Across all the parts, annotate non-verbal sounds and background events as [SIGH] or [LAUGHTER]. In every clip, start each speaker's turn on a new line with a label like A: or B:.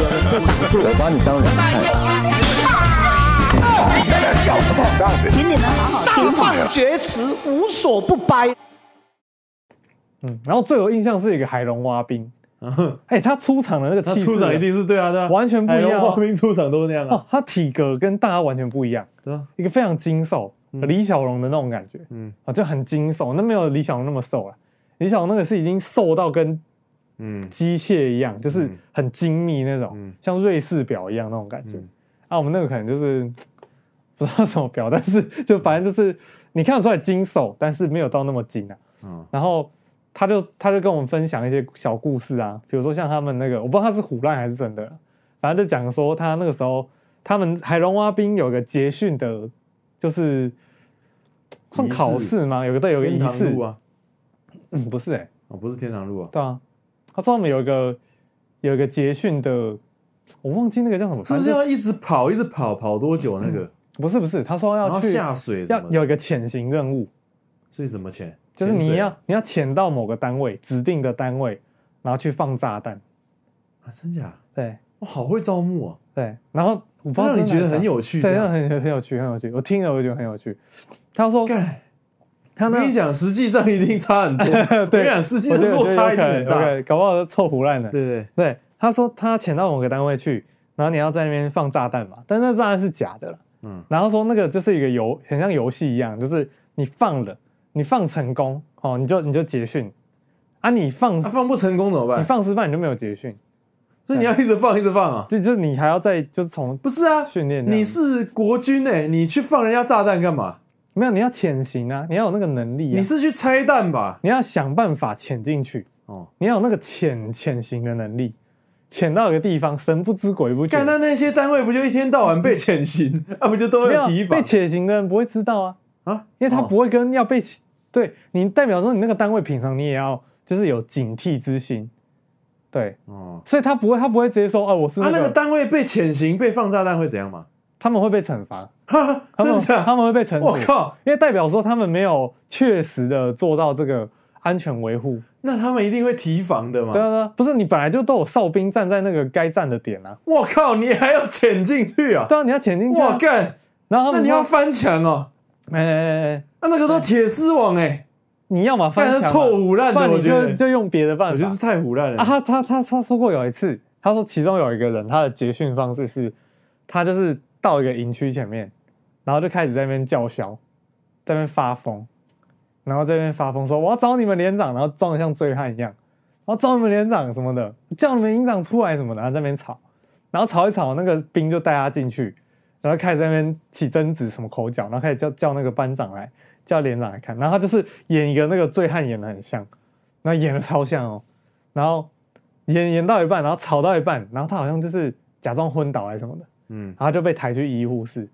A: 我把你当人看。
B: 请你们好好听话。
C: [LAUGHS] 厥词无所不掰。
D: 嗯，然后最有印象是一个海龙蛙兵，哎，他出场的那个
E: 嗯他
D: 气势，
E: 出场一定是对啊，对啊，
D: 完全不一样啊
E: 海龙花兵出场都是那样啊
D: 哦，，他体格跟大家完全不一样，
E: 对啊，
D: 一个非常精瘦，李小龙的那种感觉，
E: 嗯
D: 啊，就很精瘦，那没有李小龙那么瘦了。李小龙那个是已经瘦到跟
E: 嗯，
D: 机械一样，就是很精密那种，
E: 嗯
D: 像瑞士表一样那种感觉。
E: 嗯
D: 啊，我们那个可能就是不知道什么表，但是就反正就是你看得出来精瘦，但是没有到那么精啊。
E: 嗯
D: 然后他就他就跟我们分享一些小故事啊，比如说像他们那个，我不知道他是胡乱还是真的啊，反正就讲说他那个时候他们海龙蛙兵有个捷训的，就是算
E: 仪式
D: 考试吗？有个对，有个
E: 天
D: 仪
E: 堂
D: 式
E: 路，啊，
D: 嗯，不是哎、
E: 哦，不是天堂路啊，
D: 对啊，他说我们有一个有一个捷训的，我忘记那个叫什么，
E: 是不
D: 反
E: 是嗯
D: 正就
E: 要一直跑，一直跑，跑多久啊那个？
D: 不是不是，他说
E: 然
D: 嗯要
E: 后
D: 去
E: 下水什
D: 要
E: 么的？
D: 有一个潜行任务，
E: 所以怎么潜？
D: 就是
E: 潜
D: 你
E: 水啊
D: 要你要潜到某个单位指定的单位，然后去放炸弹，
E: 啊，真假？
D: 对
E: 我好会招募啊，
D: 对，然后我不知道
E: 让你
D: 真的
E: 觉
D: 还
E: 得
D: 是
E: 很
D: 假
E: 有
D: 啊
E: 趣，啊
D: 对，
E: 这
D: 让
E: 样
D: 很很有趣，很有趣，我听了我觉得很有趣。他说
E: 干。
D: 他
E: 我
D: 那
E: 跟你讲，实际上一定差很多。
D: [LAUGHS] 对
E: 我跟你讲，实际
D: 我
E: 上
D: 觉得我
E: 落
D: 觉得
E: 差
D: 有
E: 一
D: 可
E: 定
D: 能
E: 很
D: 有可
E: 大。
D: 能搞不好凑胡乱的。
E: 对对，
D: 对，他说他潜到某个单位去，然后你要在那边放炸弹嘛，但那炸弹是假的啦。
E: 嗯
D: 然后说那个就是一个游，很像游戏一样，就是你放了，你放成功哦，你就你就结训啊，你放、
E: 那放不成功怎么
D: 你
E: 办？
D: 放哎失败你就没有结训，
E: 所以你要一直放，一直放啊。
D: 就就你还要再就从
E: 不是啊，
D: 训练这样
E: 你是国军哎、你去放人家炸弹干嘛？
D: 没有你要潜行啊，你要有那个能力、啊，
E: 你是去拆弹吧？
D: 你要想办法潜进去，
E: 哦，
D: 你要有那个潜潜行的能力，潜到一个地方神不知鬼不觉
E: 干，那那些单位不就一天到晚被潜行， [LAUGHS] 啊不就都
D: 没
E: 有
D: 有
E: 提防
D: 被潜行的人不会知道啊。
E: 啊？
D: 因为他
E: 哦
D: 不会跟要被起、对你代表说你那个单位平常你也要就是有警惕之心，对，
E: 哦，
D: 所以他不会他不会直接说哦我是
E: 啊
D: 那个，
E: 那个单位被潜行被放炸弹会怎样嘛？
D: 他们会被惩罚，
E: 哈，
D: 他
E: 真
D: 们
E: 的？
D: 他们会被惩
E: 我
D: 罚，
E: 靠，
D: 因为代表说他们没有确实的做到这个安全维护，
E: 那他们一定会提防的嘛
D: 对？啊对啊，不是你本来就都有哨兵站在那个该站的点啊，
E: 我靠，你还要潜进去啊？
D: 对啊你要潜进去、
E: 我
D: 啊，
E: 干，
D: 然后他
E: 那
D: 们
E: 你
D: 说
E: 要翻墙哦？啊
D: 哎哎哎哎，
E: 那那个都铁丝网哎，
D: 你要嘛翻
E: 干
D: 墙
E: 是
D: 嘛，
E: 臭腐烂
D: 不然
E: 的，我
D: 你
E: 觉
D: 就
E: 得，
D: 就用别的办
E: 我
D: 法，
E: 觉得是太腐烂
D: 啊，
E: 了。
D: 他他他他说过有一次，他说其中有一个人，他的结训方式是，他就是到一个营区前面，然后就开始在那边叫嚣，在那边发疯，然后在那边发疯说我要找你们连长，然后装的像醉汉一样，我要找你们连长什么的，叫你们营长出来什么的，然后在那边吵，然后吵一吵，那个兵就带他进去，然后开始在那边起争执，什么口角，然后开始叫叫那个班长来，叫连长来看，然后他就是演一个那个醉汉演的很像，那演的超像哦，然后演演到一半，然后吵到一半，然后他好像就是假装昏倒还是什么的，
E: 嗯，
D: 然后就被抬去医护室，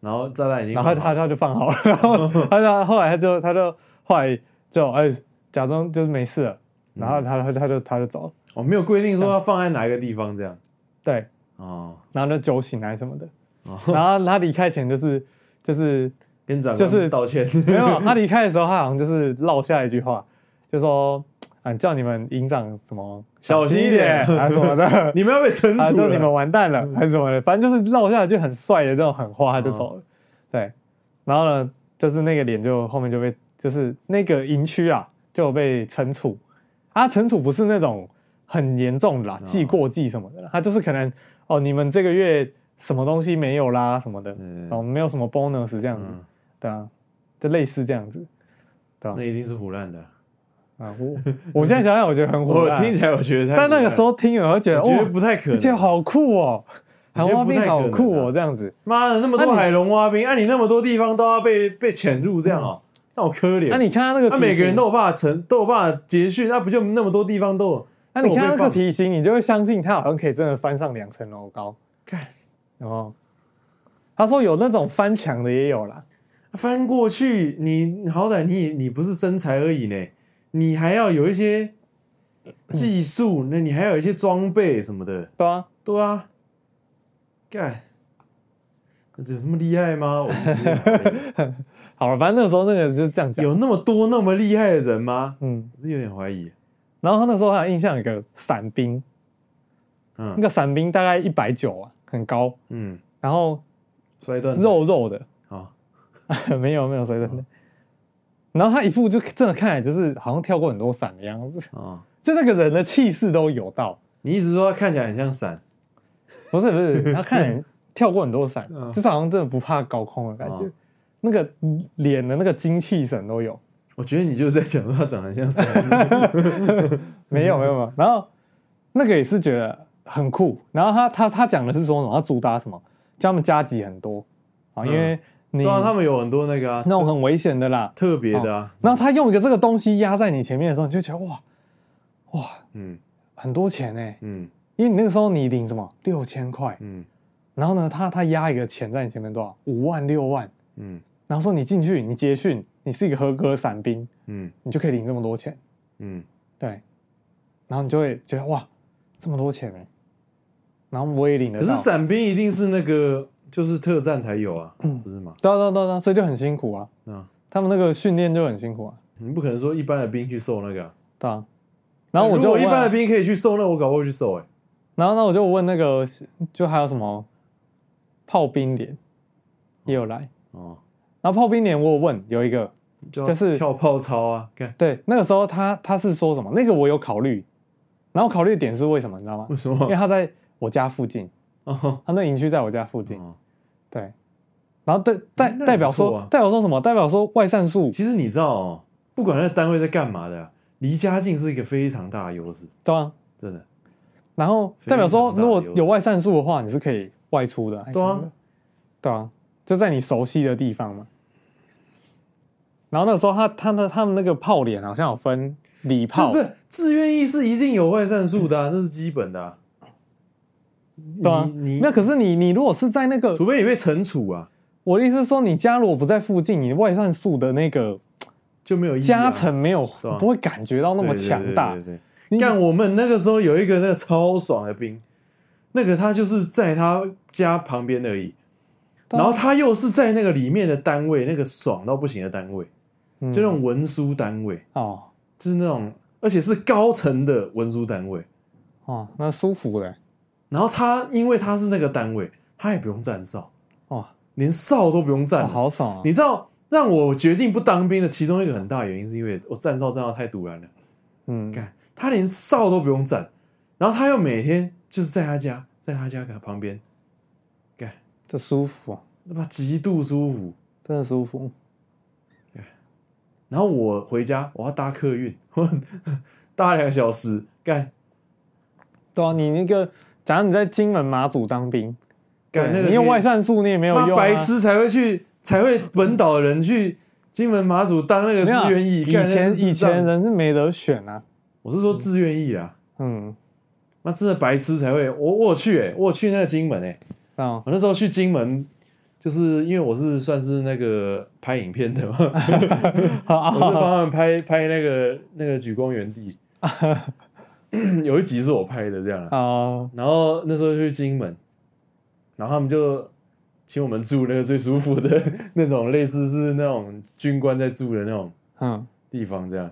E: 然后炸弹已经
D: 然后他他就放好了，然后他就后来他就他就后来就哎假装就是没事了，然后他他他就他就走了，
E: 哦没有规定说
D: 啊
E: 要放在哪一个地方这样
D: 对，
E: 哦，
D: 然后就酒醒来什么的，
E: 哦
D: 然后他离开前就是就是
E: 跟长
D: 就
E: 官
D: 是
E: 道歉， [LAUGHS]
D: 没有，他离开的时候，他好像就是落下一句话，就说：“啊，叫你们营长什么
E: 小心一点
D: 还是什么的，
E: 你们要被惩
D: 啊，
E: 处
D: 就你们
E: 了。嗯
D: 完蛋了，还是什么的，反正就是落下一句很帅的这种狠话，他就走了。
E: 嗯
D: 对，然后呢，就是那个脸就后面就被，就是那个营区啊，就有被惩处。啊，惩处不是那种很严重的
E: 啊
D: 啦，记过记什么的啦，他就是可能哦，你们这个月什么东西没有啦什么的，
E: 嗯
D: 哦，没有什么 bonus 这样子，
E: 嗯
D: 对啊，就类似这样子。
E: 那一定是胡乱的，
D: 啊，我我现在想想，我觉得很火
E: [LAUGHS] 我
D: 大。
E: 听起来我觉得太胡
D: 但
E: 乱了，
D: 那个时候听了，我就觉得哦
E: 我觉得
D: 哇，
E: 不太可
D: 而且
E: 能。
D: 好酷哦，
E: 我
D: 韩
E: 觉得
D: 花
E: 不
D: 兵
E: 太可
D: 好
E: 能
D: 酷
E: 啊
D: 哦，这样子。
E: 妈的，那么多
D: 那你
E: 海龙蛙兵，按、啊、你那么多地方都要被被潜入这样哦，那好可怜。
D: 嗯那你看他那个体
E: 啊，
D: 型，
E: 每个人都有办法成，都有办法结训，那不就那么多地方都有？
D: 那你看他那
E: 都有
D: 个
E: 被放
D: 体型，你就会相信他好像可以真的翻上两层楼高。看，哦，他说有那种翻墙的也有啦，
E: 翻过去，你好歹你你不是身材而已呢，你还要有一些技术，那你还要有一些装备什么的，
D: 对啊，
E: 对啊，干，那这有那么厉害吗？我不知道
D: 好了，反正那个时候那个就是这样讲。
E: 有那么多那么厉害的人吗？
D: 嗯，
E: 我是有点怀疑。
D: 然后他那时候还有印象有一个伞兵，
E: 嗯
D: 那个伞兵大概一百九啊，很高，
E: 嗯，
D: 然后
E: 摔断腿
D: 肉肉的， [LAUGHS]
E: 啊，
D: 没有没有水准
E: 哦
D: 的。然后他一副就真的看起来就是好像跳过很多伞的样子，
E: 啊！
D: 就那个人的气势都有到，
E: 你一直说他看起来很像伞，
D: 不是不
E: [LAUGHS]
D: 是，他看起来跳过很多伞
E: 嗯，
D: 就是好像真的不怕高空的感觉
E: 嗯，
D: 那个脸的那个精气神都有，
E: 我觉得你就是在讲说他长得像伞。
D: 没
E: 嗯
D: 有没有没有。然后那个也是觉得很酷，然后他他他讲的是说什么？他主打什么？叫他们加急很多啊，因为 [LAUGHS] 你
E: 嗯对啊，他
D: 那哦
E: 们有很多那个啊，
D: 种很危险的啦，
E: 特别的啊，
D: 然后他用一个这个东西压在你前面的时候，你就觉得哇哇
E: 嗯
D: 很多钱哎、
E: 嗯
D: 因为你那个时候你领什么六千块，
E: 嗯
D: 然后呢，他他压一个钱在你前面多少？五万六万，
E: 嗯
D: 然后说你进去，你结训，你是一个合格的伞兵，
E: 嗯
D: 你就可以领这么多钱，
E: 嗯
D: 对，然后你就会觉得哇，这么多钱哎、然后我也领得
E: 可
D: 到，
E: 是伞兵一定是那个就是特战才有啊，不是吗？
D: 对啊对啊对啊对啊，所以就很辛苦啊，
E: 啊，
D: 他们那个训练就很辛苦啊，
E: 你不可能说一般的兵去受那个啊。
D: 对啊，然后我
E: 哎如
D: 就
E: 果一
D: 问
E: 般的兵可以去受，那我搞不好会去受哎。
D: 然后呢，我就问那个，就还有什么炮兵连也有来，
E: 哦，
D: 然后炮兵连我有问有一个，就是
E: 跳炮操啊， [LAUGHS] 看
D: 对，那个时候他他是说什么？那个我有考虑，然后考虑的点是为什么，你知道吗
E: 为？什
D: 因为
E: 么？
D: 他在我家附近，
E: 哦，
D: 他那营区在我家附近，
E: 哦
D: 对。然后代代
E: 那也
D: 代表
E: 不错
D: 说
E: 啊
D: 代表说什么？代表说外战术，
E: 其实你知道哦，不管那单位在干嘛的啊，离家近是一个非常大的优势，
D: 对啊。
E: 真的。
D: 然后
E: 非
D: 代表说，
E: 常大的
D: 如果
E: 优势
D: 有外战术的话，你是可以外出的，还是
E: 对啊
D: 什么的，对啊，就在你熟悉的地方嘛。然后那个时候他，他他他们那个炮连好像有分礼
E: 就
D: 炮
E: 不，是自愿意是一定有外战术的啊，那是基本的啊。
D: 嗯对啊
E: 你你，
D: 那可是你你如果是在那个
E: 除非你被惩处啊，
D: 我的意思是说，你家如果不在附近，你外算数的那个
E: 就没有意义啊
D: 加成没有、
E: 对啊
D: 不会感觉到那么强大。
E: 对对对对
D: 你
E: 对干我们那个时候有一个那个超爽的兵，那个他就是在他家旁边而已，
D: 对啊
E: 然后他又是在那个里面的单位，那个爽到不行的单位，
D: 嗯
E: 就那种文书单位，
D: 哦
E: 就是那种而且是高层的文书单位。
D: 哦，那舒服嘞，
E: 然后他因为他是那个单位，他也不用站哨，
D: 哇、
E: 连哨都不用站
D: 哦
E: 了、
D: 好爽啊！
E: 你知道让我决定不当兵的其中一个很大原因，是因为我站哨站到太堵然了。
D: 嗯，
E: 干，他连哨都不用站，然后他又每天就是在他家，在他家旁边，干，
D: 这舒服啊，
E: 他妈极度舒服。
D: 真的舒服。
E: 然后我回家，我要搭客运， [LAUGHS] 我搭两个小时，干
D: 对啊，你那个，假如你在金门马祖当兵，对
E: 干那个
D: 你用外
E: 上
D: 算数你也没有用、啊，
E: 白痴才会去，才会本岛的人去金门马祖当那个
D: 没有啊
E: 志愿役。
D: 以
E: 干那个
D: 前
E: 智
D: 以
E: 障
D: 前人是没得选啊，
E: 我是说志愿役啦，
D: 嗯，
E: 那真的白痴才会。我我有去哎、我有去那个金门哎、
D: 啊、
E: 我那时候去金门，就是因为我是算是那个拍影片的嘛， [LAUGHS] 我是帮他们拍拍那个那个举光原
D: [LAUGHS]
E: 地，有一集是我拍的这样啊、
D: 啊、哦
E: 然后那时候去金门，然后他们就请我们住那个最舒服的那种，类似是那种军官在住的那种
D: 嗯，
E: 地方这样。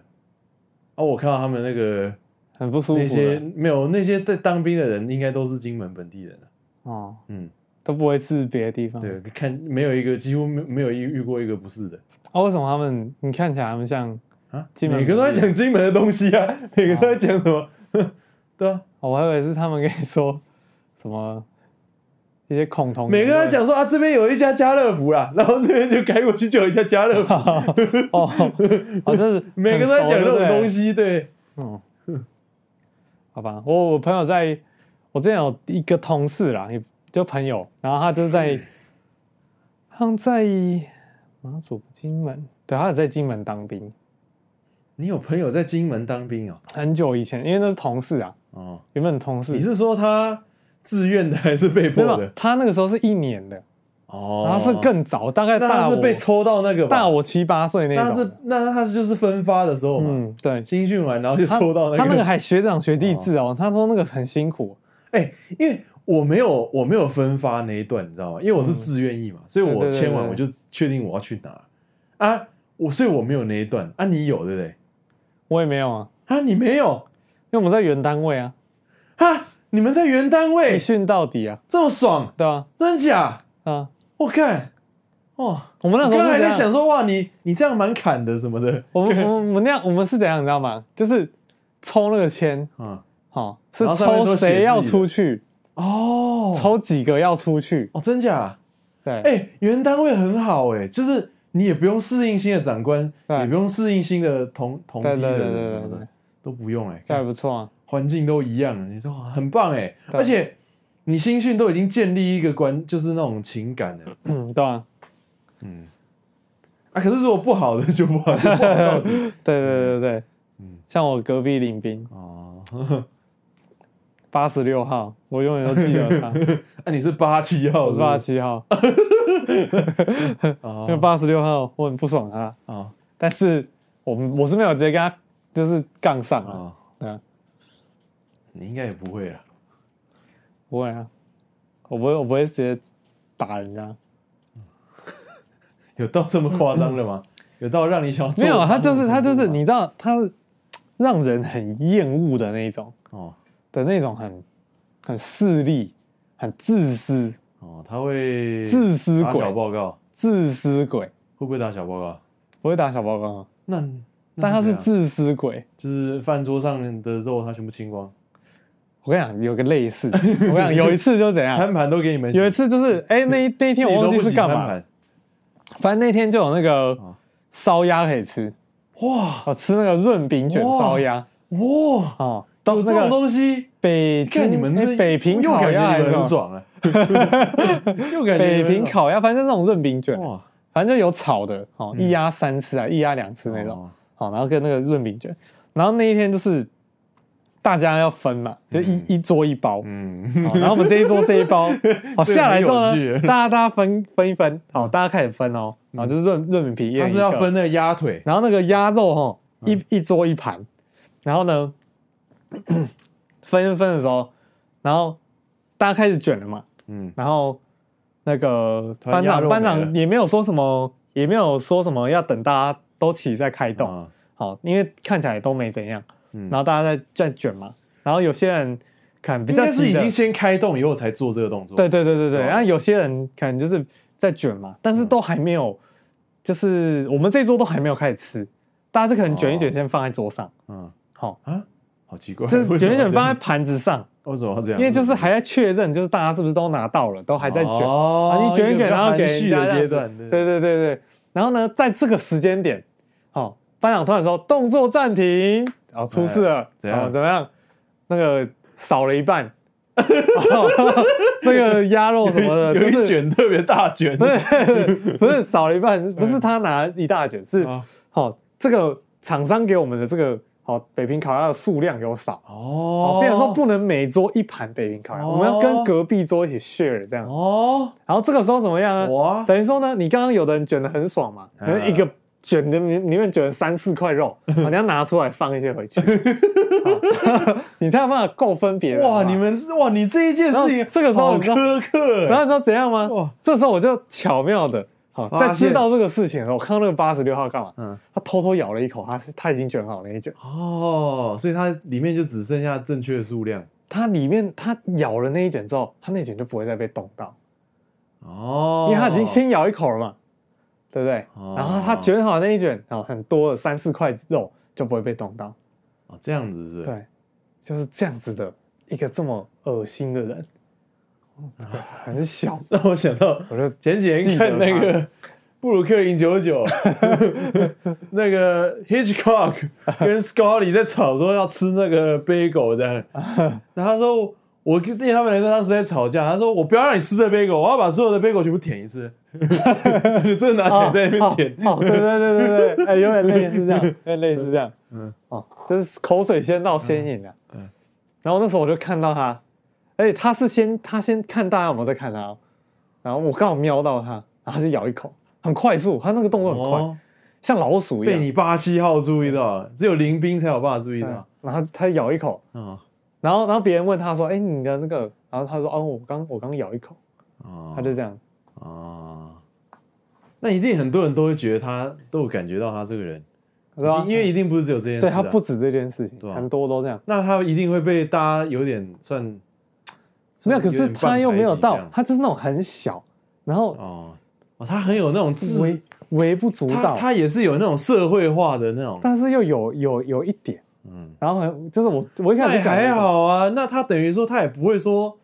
E: 啊，我看到他们那个
D: 很不舒服
E: 那
D: 啊，
E: 些没有那些在当兵的人，应该都是金门本地人啊
D: 哦，
E: 嗯。
D: 都不会是别的地方。
E: 对，看没有一个几乎没没有遇遇过一个不是的
D: 啊，为什么他们你看起来他们像？
E: 啊，
D: 金门
E: 每个都在讲金门的东西啊，每个都在讲什么？ [LAUGHS] 对啊，
D: 哦我还以为是他们跟你说 [LAUGHS] 什么一些恐同
E: 每
D: 言论，
E: 个都在讲说啊，这边有一家家乐福啦， [LAUGHS] 然后这边就开过去就有一家家
D: [LAUGHS]
E: 乐福，
D: 哦，哦，这是
E: [LAUGHS] 每个都在讲这种东
D: 西。
E: 西，对，
D: 嗯，好吧，我我朋友在，我之前有一个同事啦，也就朋友，然后他就是
E: [LAUGHS]
D: 在，好像在马祖金门，对，他有在金门当兵，
E: 你有朋友在金门当兵哦？
D: 很久以前，因为那是同事啊，
E: 哦，
D: 原本同事
E: 你，是说他自愿的还是
D: 嗯
E: 被
D: 没
E: 迫
D: 有，
E: 的？
D: 他那个时候是一年的，
E: 哦，
D: 然后是更早，大概
E: 那
D: 大
E: 他
D: 我
E: 是被抽到那个吧
D: 大？我七八岁那
E: 那
D: 种
E: 是
D: 的，
E: 那他是就是分发的时候嘛，
D: 嗯，对，
E: 新训完然后就
D: 他
E: 抽到
D: 他那
E: 个
D: 个还学长学弟制哦，他说那个很辛苦，
E: 哎、因为我没有我没有分发那一段，你知道吗？因为我是自愿意嘛，所以我
D: 嗯对对对
E: 签完
D: 对
E: 我就确定我要去哪啊，我所以我没有那一段啊，你有对不对？
D: 我也没有啊，
E: 啊，你没有
D: 因为我们在原单位啊，
E: 啊，你们在原单
D: 一
E: 位
D: 训到底啊，
E: 这么爽，
D: 对啊，
E: 真假？
D: 啊，
E: 我看，哇！
D: 我们那
E: 我
D: 时候
E: 刚
D: 是
E: 才
D: 怎
E: 在
D: 样
E: 想说，哇，你你这样蛮砍的什么的，
D: 我们
E: [LAUGHS]
D: 我们我们那样，我们是怎样，你知道吗？就是抽那个签，
E: 嗯，
D: 哦，是
E: 然后上面
D: 抽
E: 都写
D: 谁要
E: 自己的
D: 出去，
E: 哦，
D: 抽几个要出去，
E: 哦，真假？
D: 对，
E: 哎、原单位很好哎、就是你也不用适应新的长官，
D: 对
E: 也不用适应新的同同梯
D: 对
E: 的
D: 对
E: 人
D: 对对
E: 什么
D: 对
E: 的，都不用哎、
D: 这还不错啊， [CLEARS THROAT]
E: 环境都一样，你说哇很棒哎、
D: 对
E: 而且你新训都已经建立一个关，就是那种情感了。
D: 嗯，对啊，
E: 嗯，啊，可是如果不好的就不好，就不好
D: [LAUGHS]
E: 到底
D: 对对对对，嗯
E: 嗯，
D: 像我隔壁林斌
E: 哦。
D: 八十六号，我永远都记
E: [LAUGHS]
D: 得他，
E: 那、哦啊你是八七号
D: 我
E: 是
D: 是
E: 吧
D: 八？七号，因为
E: [LAUGHS] 哦
D: 八十六号我很不爽他，
E: 哦
D: 但是我们我是没有直接跟他就是杠上啊，
E: 哦，
D: 对啊，
E: 你应该也不会啊。
D: 不会啊，我不会我不会直接打人家，
E: 有到这么夸张的吗？有到让你想要揍
D: 没有，啊他
E: 那种
D: 就是他
E: 程
D: 就
E: 度
D: 是
E: 吗
D: 你知道他是让人很厌恶的那一种
E: 哦
D: 的那种很很势利、很自私、
E: 哦，他会
D: 自私
E: 打
D: 鬼
E: 小报告，
D: 自私鬼，
E: 会不会打小报告？
D: 不会打小报告，
E: 那嗯
D: 但他是
E: 自
D: 自私鬼。
E: 就是饭桌上的肉他全部清光，
D: 我跟你讲，有个类似，我跟你讲，有一次就怎
E: [LAUGHS]
D: 样，
E: 餐盘都给你们洗，
D: 啊有一次就是哎、那一那一
E: 自
D: 天
E: 己
D: 我
E: 都
D: 忘
E: 不
D: 记是
E: 洗
D: 干
E: 餐
D: 嘛，
E: 盘，
D: 反正那天就有那个
E: 哦
D: 烧鸭可以吃，
E: 哇
D: 哦，吃那个润饼卷
E: 哇
D: 烧鸭
E: 哇，
D: 哦，
E: 有
D: 都
E: 这
D: 那
E: 种
D: 个
E: 东西，
D: 北
E: 看
D: 京
E: 你们
D: 哎
E: 是
D: 北平
E: 又
D: 烤
E: 感
D: 鸭还
E: 觉你
D: 是
E: 们
D: 什
E: 很
D: 么
E: 爽
D: [LAUGHS]
E: 啊，又感觉
D: 北
E: 你们
D: 平
E: 很
D: 烤鸭，反正那种润饼卷
E: 爽，哇
D: 反正就有炒的哦，一鸭三吃啊，一鸭两吃那种，
E: 嗯哦
D: 好、然后跟那个润饼卷，然后那一天就是大家要分嘛，就一、一桌一包，哦
E: 嗯，
D: 好，然后我们这一桌这一
E: [LAUGHS]
D: 包，好
E: 这个
D: 下来之
E: 很有
D: 后呢
E: 趣耶嗯
D: 大家大家分分一分，好，大家开始分哦，然后就是润润饼皮，一人
E: 他
D: 一
E: 是要
D: 个
E: 分那个嗯鸭腿，
D: 然后那个鸭肉哈，一一桌一盘，然后
E: [CLEARS THROAT]
D: 呢，分分的时候，然后大家开始卷了嘛，
E: 嗯，
D: 然后那个
E: 突然
D: 班
E: 鸭
D: 长
E: 肉
D: 班
E: 没了
D: 长也没有说什么，也没有说什么要等大家都起再开动，
E: 啊
D: 好，因为看起来都没怎样，
E: 嗯
D: 然后大家在在卷嘛，然后有些人可能比
E: 应
D: 较
E: 该是
D: 急
E: 已
D: 的
E: 经先开动以后才做这个动作，
D: 对对对对对，
E: 对啊
D: 然后有些人可能就是在卷嘛，但是都还没有，就是我们这一桌都还没有开始吃，大家就可能卷一卷
E: 哦
D: 先放在桌上，
E: 嗯
D: 好、
E: 啊，好奇怪，
D: 就是
E: 为什么
D: 卷一
E: 要
D: 卷
E: 这
D: 放在
E: 样
D: 盘子上，
E: 为什么要这
D: 因
E: 样？
D: 为就是还在确认，就是大家是不是都拿到了，都还在卷，
E: 哦
D: 啊，你卷一卷
E: 个比较
D: 然后给
E: 含蓄
D: 人家
E: 的
D: 这样
E: 阶
D: 子
E: 段，对
D: 对对对对，然后呢，在这个时间点，好、班长突然说动作暂停，哦，出事了，
E: 哎怎样
D: 哦怎么样？那个少了一半，哦 [LAUGHS] 那个鸭肉什么
E: [LAUGHS]
D: 的，
E: 有
D: 就是
E: 一卷特别大卷，
D: 不是不是少了一半，不是
E: 哎
D: 他拿一大卷，是
E: 啊
D: 好、这个厂商给我们的这个好、北平烤鸭的数量有少，哦，
E: 哦
D: 变成说不能每桌一盘北平烤鸭，
E: 哦
D: 我们要跟隔壁桌一起 share 这样。
E: 哦，
D: 然后这个时候怎么样呢？
E: 哇
D: 等于说呢，你刚刚有的人卷的很爽嘛，可
E: 嗯
D: 能一个卷的里里面卷了三四块
E: [LAUGHS]
D: 肉，好你要拿出来放一些回去，好你才有办法够分别人嘛。
E: 哇，你们哇，你这一件事
D: 然
E: 情
D: 后这个时候
E: 好
D: 你知道
E: 苛刻
D: 然后
E: 欸，
D: 你知道怎样吗？
E: 哇
D: 这时候我就巧妙的，好，
E: 发
D: 在知
E: 现
D: 道这个事情的时候，我看到那个八十六号干嘛？
E: 嗯
D: 他偷偷咬了一口，他是他已经卷好了一卷，
E: 哦，所以它里面就只剩下正确的数量
D: 他里面他咬了那一卷之后，他那一卷就不会再被冻到，
E: 哦，
D: 因为他已经先咬一口了嘛，对不对？
E: 哦
D: 然后他卷好那一卷，然后很多的三四块肉就不会被冻到，
E: 哦这样子是不是，
D: 对，就是这样子的一个这么恶心的人，
E: 哦
D: [LAUGHS] 很小，
E: [LAUGHS] 让我想到
D: 我就
E: 前几天看那
D: 记得
E: 个布鲁克林九
D: [LAUGHS]
E: 九，那个 Hitchcock 跟 Scotty 在吵说要吃那个 bagel
D: [LAUGHS]
E: 这样，然后他说我跟因为他们两个当时在吵架，他说我不要让你吃这 bagel，我要把所有的 bagel 全部舔
D: [LAUGHS]
E: 一次，就真的拿起来在那边舔，
D: 哦，对对对对对，哎，有点类似这样，有点类似这样，嗯
E: [LAUGHS] 嗯，
D: 哦，就是口水先到先饮的，嗯
E: 嗯，
D: 然后那时候我就看到他，而且他是先他先看大家有没有在看他哦，然后我刚好瞄到他，然后他就咬一口，很快速，他那个动作很快，
E: 哦
D: 像老鼠一
E: 被
D: 样，
E: 你八七号注意到了，只有林斌才有办法注意
D: 嗯
E: 到，
D: 然后他咬一口，
E: 嗯
D: 然后然后别人问他说，哎，你的那个，然后他说，哦，我刚我刚咬一口，
E: 哦
D: 他就这样，
E: 哦，那一定很多人都会觉得他都有感觉到他这个人。
D: 对吧？
E: 因为一定不是只有这件事、啊，
D: 对他不止这件事情
E: 对，啊
D: 很多都这样，
E: 那他一定会被大家有点算
D: 没有，可
E: 有
D: 是
E: 点半
D: 他又没有
E: 排挤这
D: 到
E: 样，
D: 他就是那种很小，然后
E: 哦哦，他很有那种自
D: 微微不足
E: 他
D: 道，
E: 他也是有那种社会化的那种，
D: 但是又有有有一点，
E: 嗯，
D: 然后很就是我我一开
E: 那
D: 始
E: 也
D: 就感觉
E: 还好啊。那他等于说他也不会说，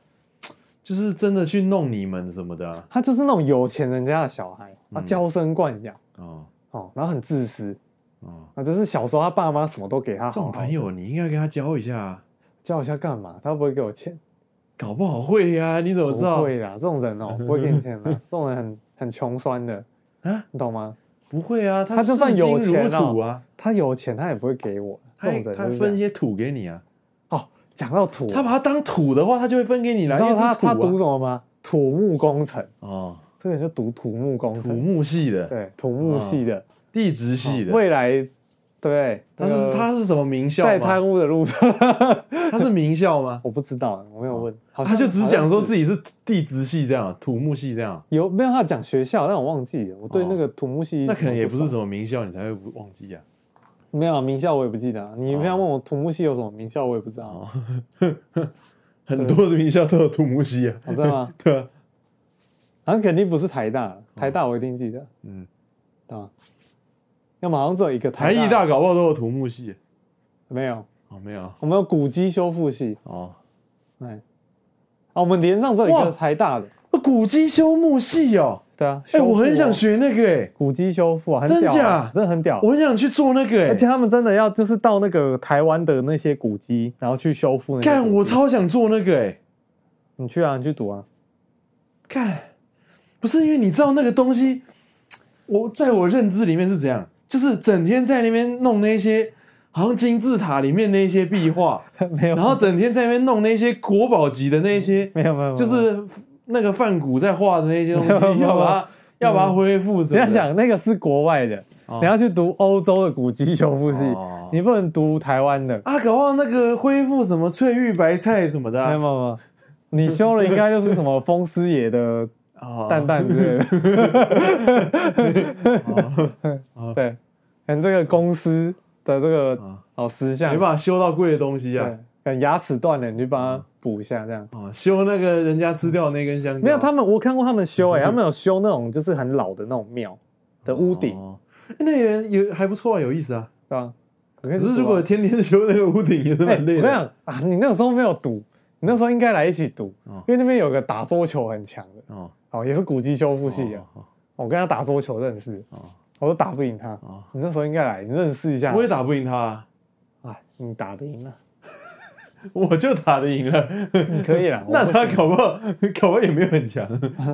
E: 就是真的去弄你们什么的啊、
D: 他就是那种有钱人家的小孩，
E: 嗯
D: 啊，娇生惯养
E: 哦
D: 哦，然后很自私
E: 哦，
D: 啊，就是小时候他爸妈什么都给他
E: 这种
D: 好好
E: 朋，友你应该跟他交一下啊，
D: 叫一下干嘛？他不会给我钱，
E: 搞不好会呀、你怎么知道
D: 不？会啦，这种人哦，不会给你
E: [LAUGHS]
D: 钱的，这种人很很穷酸的
E: 啊，
D: 你懂吗？
E: 不会啊，他
D: 他就算
E: 视金
D: 有钱
E: 如
D: 啊
E: 土啊，
D: 他有钱他也不会给我，
E: 他
D: 这种人
E: 他
D: 就是这
E: 分一
D: 样
E: 些土给你啊，
D: 哦，讲到土，
E: 他把它当土的话，他就会分给你
D: 你
E: 了。
D: 知
E: 因
D: 道
E: 为
D: 他
E: 是土啊
D: 他读什么吗？土木工程，
E: 哦，
D: 这个人就读土木工
E: 土
D: 程，
E: 木系的，
D: 对，土木系的，哦
E: 地质系的，
D: 未来对不对，
E: 他是他是什么名校吗？
D: 在贪污的路上， [LAUGHS]
E: 他是名校吗？
D: 我不知道，我没有问， [LAUGHS] 好像
E: 哦他就只讲说自
D: 己
E: 己是地质系这样，土木系这样，
D: 有没有他讲学校，但我忘记了，我对
E: 哦
D: 那个土木系
E: 那可能也不是
D: 熟
E: 什么名校，你才会不忘
D: [LAUGHS]
E: 记啊。
D: 没有名校，我也不记得啊。你
E: 哦
D: 平常问我土木系有什么名校，我也不知道
E: 哦
D: 啊，
E: 很多的名校都有土木系啊，
D: 哦真的吗？
E: [LAUGHS] 对啊，
D: 好像肯定不是台大，台大我一定记得，
E: 哦嗯，
D: 对吧？要么好像只有一个
E: 台艺
D: 艺
E: 大搞不好都有土木系啊
D: 没有，
E: 哦，没有
D: 我们有古迹修复系，
E: 哦，
D: 哎，啊，我们连上这有一
E: 哇
D: 个台大的，
E: 哦古迹修木系哦，
D: 对啊，
E: 哎，
D: 修复
E: 我很想
D: 哦
E: 学那个哎，
D: 古迹修复啊，很
E: 真
D: 屌啊
E: 假
D: 真的很屌，
E: 我很想去做那个
D: 而且
E: 哎，
D: 他们真的要就是到那个台湾的那些古迹，然后去修复那些古迹。
E: 干，我超想做那个哎，
D: 你去啊，你去读啊， [LAUGHS]
E: 干，不是因为你知道那个东西，我在我认知里面是怎样，就是整天在那边弄那些。好像金字塔里面那些壁画，
D: 没有，
E: 然后整天在那边弄那些国宝级的那些，
D: 没有没有，没有
E: 就是那个范谷在画的那些东西，
D: 没有没有没有
E: 要把它要把它恢复什
D: 你
E: 么
D: 要
E: 的。
D: 想那个是国外的，你要去读欧洲的古籍修复系
E: 哦，
D: 你不能读台湾的。
E: 啊，搞忘那个恢复什么翠玉白菜什么的
D: 没有
E: 啊，
D: 没有没有，你修了应该就是什么风师爷的
E: 哦
D: 蛋蛋之类的。
E: 哦
D: [LAUGHS] 对，跟这个公司的这个好石像，
E: 哦没办法修到贵的东西啊
D: 对，，跟牙齿断了你去帮他补一下这样。
E: 啊，修那个人家吃掉那根香蕉，
D: 没有，他们我看过他们修、欸，哎，他们有修那种就是很老的那种庙的屋顶，
E: 哦那个人也还不错啊，有意思啊。
D: 对吧？我可
E: 可是如果天天修那个屋顶也是
D: 啊哎、
E: 蛮
D: 我
E: 累
D: 跟你
E: 的。
D: 讲啊，你那个时候没有赌，你那时候应该来一起赌，
E: 哦
D: 因为那边有个打桌球很强的，
E: 哦，
D: 哦，也是啊古籍修复系的，
E: 哦哦
D: 我跟他打桌球认识，
E: 哦
D: 我都打不赢他。
E: 哦
D: 你那时候应该来，你认识一下
E: 我。也打不赢他啊，
D: 哎，你打得赢了，
E: 我就打得
D: [LAUGHS]
E: 赢了。
D: 你可以了。我
E: [LAUGHS] 那
D: 不
E: 他
D: 行
E: 搞不好，搞不好也没有
D: [LAUGHS]
E: 很强，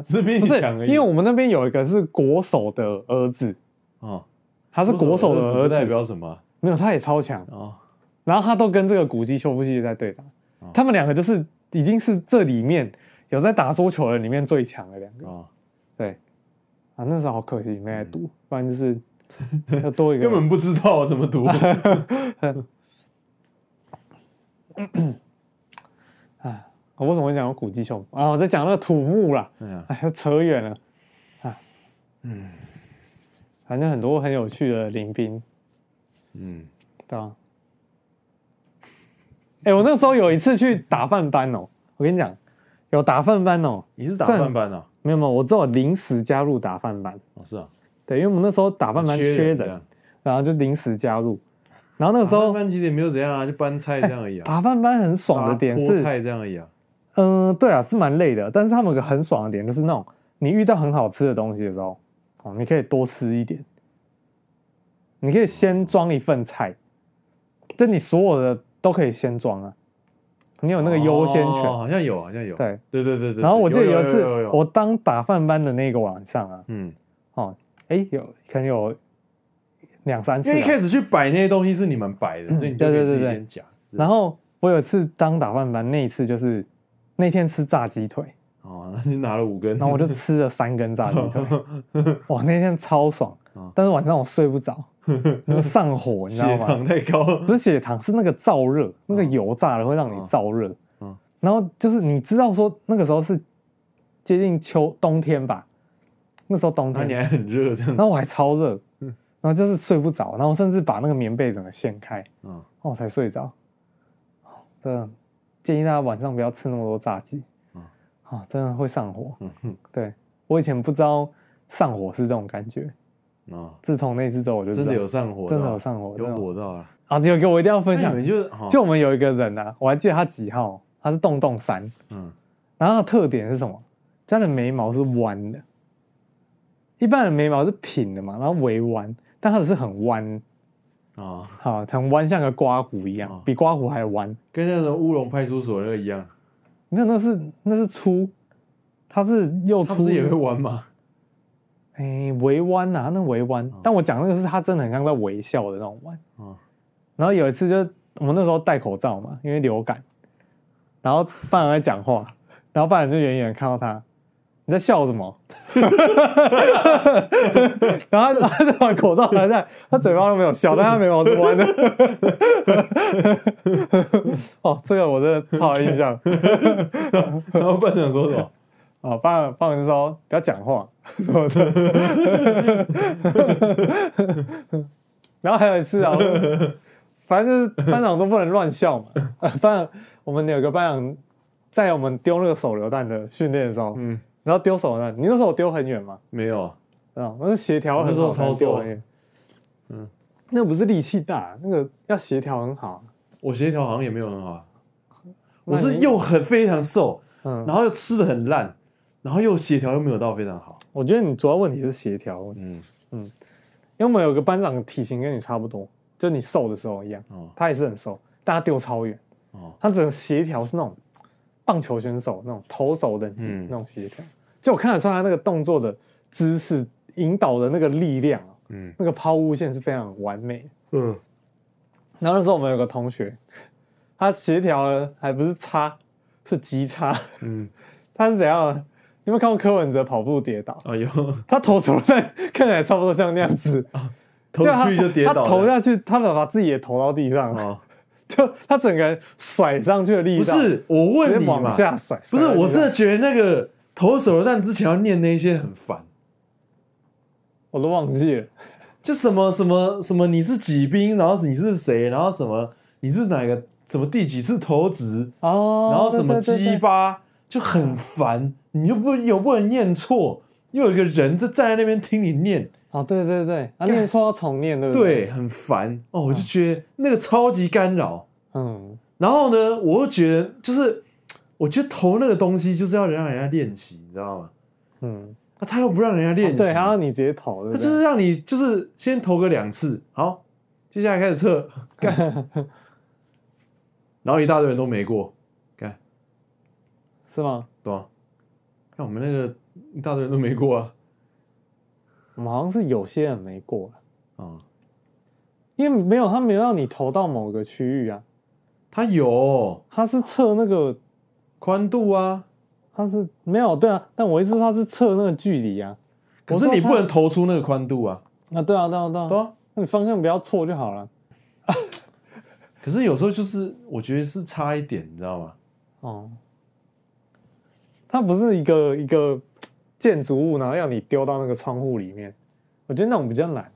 E: 只是比
D: 不
E: 你
D: 是
E: 强而已。
D: 因为我们那边有一个是国手的儿子，
E: 哦，
D: 他是国手的儿
E: 不
D: 子，
E: 代表什么
D: 没有，他也超强。
E: 哦，
D: 然后他都跟这个古籍修复系在对打，他们两个就是已经是这里面有在打桌球的里面最强的两个。
E: 哦，
D: 对，啊，那时候好可惜没来读，不然就是要多一个。
E: 嗯 [LAUGHS] 根本不知道怎
D: [LAUGHS]
E: 么读。
D: 我哦为什么会讲到古籍修复啊？我在讲那个土木啦，
E: 哎呀，
D: 哎，又扯远了啊。嗯，反正很多很有趣的林兵，
E: 嗯，
D: 对吧？哎，我那时候有一次去打饭班哦，我跟你讲，有打饭班哦，
E: 你是打
D: 算
E: 饭班啊？
D: 没有没有，我只有临时加入打饭班。
E: 哦，是啊，
D: 对，因为我们那时候打饭班缺
E: 这
D: 人，
E: 样。
D: 然后就临时加入。然后那个时
E: 打饭
D: 候
E: 班其实也没有怎样啊，就搬菜这样而已
D: [LAUGHS]
E: 啊，
D: 打饭班很爽的点
E: 拖
D: 是，
E: 菜这样而已啊。
D: 嗯、对啊，是蛮累的，但是他们有个很爽的点就是那种你遇到很好吃的东西的时候，哦，你可以多吃一点，你可以先装一份菜，就你所有的都可以先装啊，你有那个优先权。
E: 哦好像有，好像有。
D: 对，
E: 对对对对。
D: 然后我记得
E: 有
D: 有一次
E: 有有有
D: 我当打饭班的那个晚上啊，
E: 嗯，
D: 哦，哎，有可能有两三次、
E: 因
D: 啊，嗯
E: 为一开始去摆那些东西是你们摆的，所以你就可以
D: 对对
E: 自己
D: 对对
E: 先夹。
D: 然后我有一次当打饭班，那一次就是那天吃炸鸡腿，
E: 哦， [LAUGHS] 那你拿了五根，
D: 然后我就 [LAUGHS] 吃了三根炸鸡腿，
E: [LAUGHS]
D: 哇，那天超爽
E: 嗯，
D: 但是晚上我睡不
E: [LAUGHS]
D: 着，那个上火，你知道
E: 血
D: 吗？
E: 糖太高。
D: 不是血糖，是那个燥热，那个油炸了会让你燥热
E: 嗯，
D: 然后就是你知道说那个时候是接近秋冬天吧，那时候冬
E: 那
D: 天
E: 你，还很热这样
D: 然。后我还超热，
E: 嗯
D: 然后就是睡不着，然后甚至把那个棉被整个掀开。
E: 嗯，
D: 哦，才睡着。真的，建议大家晚上不要吃那么多炸鸡
E: 嗯，
D: 啊，真的会上火。对我以前不知道上火是这种感觉，
E: 啊，
D: 自从那次之后我就知道
E: 真的有上火到，
D: 真的有上火
E: 有
D: 真的有
E: 火到了。
D: 啊，这个我一定要分
E: 那
D: 享
E: 你。们就是哦
D: 就我们有一个人啊，我还记得他几号，他是洞洞三，
E: 嗯
D: 然后他的特点是什么？他的眉毛是弯的，一般人眉毛是平的嘛，然后微弯，但他的是很弯，
E: 啊，
D: 好，很弯，像个刮胡一样
E: 哦，
D: 比刮胡还弯。
E: 跟那种乌龙派出所那个
D: [LAUGHS]
E: 一样，
D: 没有，那是那是粗，他是又
E: 他不
D: 粗
E: 是也会
D: 又 [LAUGHS]
E: 玩吗？
D: 哎微弯呐、啊，那微弯。但我讲那个是他真的很像在微笑的那种弯。
E: 哦
D: 然后有一次就我们那时候戴口罩嘛，因为流感，然后班长在讲话，然后班长就远远看到他，你在笑什么？ [LAUGHS] 然后他他就把口罩拿下来，他嘴巴都没有笑，但他眉毛是弯的。 [LAUGHS] 哦，这个我真的超有印象。
E: 然后班长说什么？
D: 啊，爸爸人说不要讲话什么的。然后还有一次啊，我反正就是班长都不能乱笑嘛。呃班长，我们有个班长在我们丢那个手榴弹的训练的时候，
E: 嗯，
D: 然后丢手榴弹，你那时候有丢很远嘛？
E: 没有，
D: 啊，我是协调很好才能丢很远。
E: 嗯，
D: 那不是力气大，那个要协调很好。啊
E: 我协调好像也没有很好啊，
D: 那
E: 我
D: 你
E: 是又很非常瘦，
D: 嗯
E: 然后又吃的很烂，然后又协调又没有到非常好。
D: 我觉得你主要问题是协调问题，
E: 嗯，
D: 因为我们有个班长体型跟你差不多，就你瘦的时候一样。
E: 哦
D: 他也是很瘦，但他丢超远，
E: 哦，
D: 他整个协调是那种棒球选手那种投手等级、
E: 嗯
D: 那种协调，就我看得出来他那个动作的姿势引导的那个力量啊，
E: 嗯
D: 那个抛物线是非常完美的。
E: 嗯，
D: 然后那时候我们有个同学，他协调的还不是差，是极差，
E: 嗯，
D: [LAUGHS] 他是怎样啊？你有没有看过柯文哲跑步跌倒？
E: 哎呦，
D: 他投手但看起来差不多像那样子，
E: 头
D: 他
E: 去就跌倒
D: 他
E: 了，
D: 投下去，他把自己也投到地上了，
E: 哦，
D: [LAUGHS] 就他整个人甩上去的力
E: 不
D: 道。
E: 是我
D: 直
E: 问你
D: 接往
E: 嘛，
D: 下甩。
E: 不是
D: 甩到
E: 我
D: 地上
E: 真的觉得那个投手榴弹之前要念那些很烦，
D: 我都忘记了。
E: 就什么什么什么你是几兵，然后你是谁，然后什么你是哪个什么第几次投掷，
D: 哦
E: 然后什么鸡巴就很烦，你又不又不能念错，又有一个人就站在那边听你念，
D: 哦，对对对，啊，念错要重念，对不对？
E: 对，很烦哦，我就觉得那个超级干扰。
D: 嗯，
E: 然后呢，我又觉得就是，我觉得投那个东西就是要让人家练习，你知道吗？
D: 嗯
E: 啊、他又不让人家练习，
D: 嗯，对，还要你直接投，对
E: 他
D: 不
E: 就
D: 对？
E: 是让你就是先投个两次，好，接下来开始测， [LAUGHS] 干，然后一大堆人都没过，干，
D: 是吗？
E: 懂吗？看我们那个一大堆人都没过啊，
D: 我们好像是有些人没过，
E: 啊、
D: 因为没有他没有让你投到某个区域啊，
E: 他有
D: 他是测那个，
E: 宽度啊，
D: 他是没有对啊，但我意思是他是测那个距离啊。
E: 可
D: 我
E: 是
D: 说
E: 你
D: 他
E: 不能投出那个宽度啊，
D: 啊，对啊，对啊，对
E: 对
D: 啊，
E: 啊。
D: 那你方向不要错就好了。
E: 可是有时候就是我觉得是差一点，你知道吗？
D: 哦，它不是一个一个建筑物，然后要你丢到那个窗户里面，我觉得那种比较难。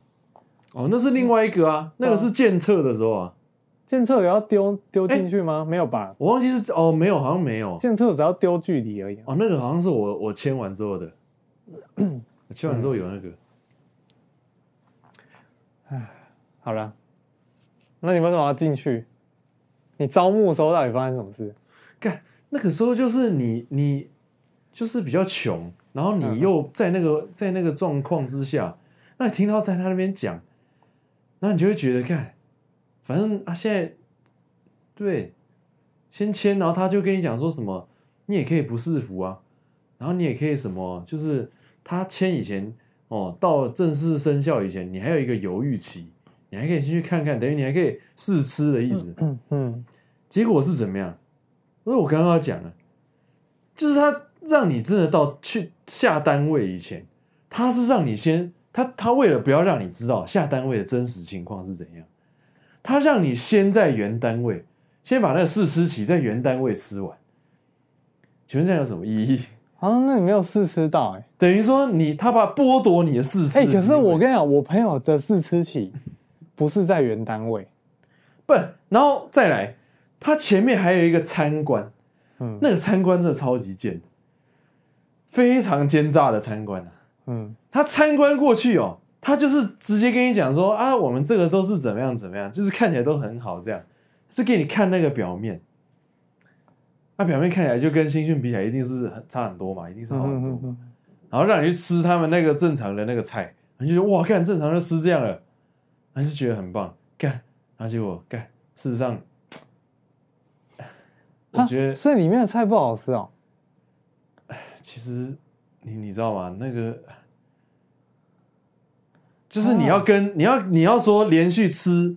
E: 哦，那是另外一个啊，那个是建测的时候啊，
D: 建测也要丢丢进去吗？没有吧？
E: 我忘记是哦，没有，好像没有
D: 建测只要丢距离而已啊、
E: 哦，那个好像是我我签完之后的，我签完之后有那个，
D: 好了，那你为什么要进去？你招募的时候到底发生什么事？
E: 干那个时候就是你你就是比较穷，然后
D: 嗯
E: 你又在那个在那个状况之下，那你听到在他那边讲，那你就会觉得干，反正啊现在对先签，然后他就跟你讲说什么，你也可以不是服啊，然后你也可以什么，就是他签以前哦，到正式生效以前，你还有一个犹豫期，你还可以先去看看，等于你还可以试吃的意思。
D: 嗯嗯，
E: 结果是怎么样？那我刚刚要讲了，就是他让你真的到去下单位以前，他是让你先，他他为了不要让你知道下单位的真实情况是怎样，他让你先在原单位，先把那个试吃期在原单位吃完。请问这样有什么意义？
D: 好、像啊那你没有试吃到哎、
E: 等于说你他把剥夺你的试
D: 欸，
E: 吃
D: 哎、
E: 的机会。
D: 可是我跟你讲，我朋友的试吃起不是在原单位，
E: 不，然后再来，它前面还有一个参观，
D: 嗯
E: 那个参观真的超级贱，非常奸诈的参观啊。
D: 嗯，
E: 他参观过去哦，他就是直接跟你讲说啊，我们这个都是怎么样怎么样，就是看起来都很好，这样是给你看那个表面。那、表面看起来就跟新训比起来，一定是很差很多嘛，一定是好很多。
D: 嗯嗯
E: 然后让你去吃他们那个正常的那个菜，你就觉得哇，干正常就吃这样了，然后就觉得很棒，干，然后结果干，事实上，我
D: 啊
E: 觉得
D: 所以里面的菜不好吃哦。
E: 其实你你知道吗？那个就是你要跟、你要你要说连续吃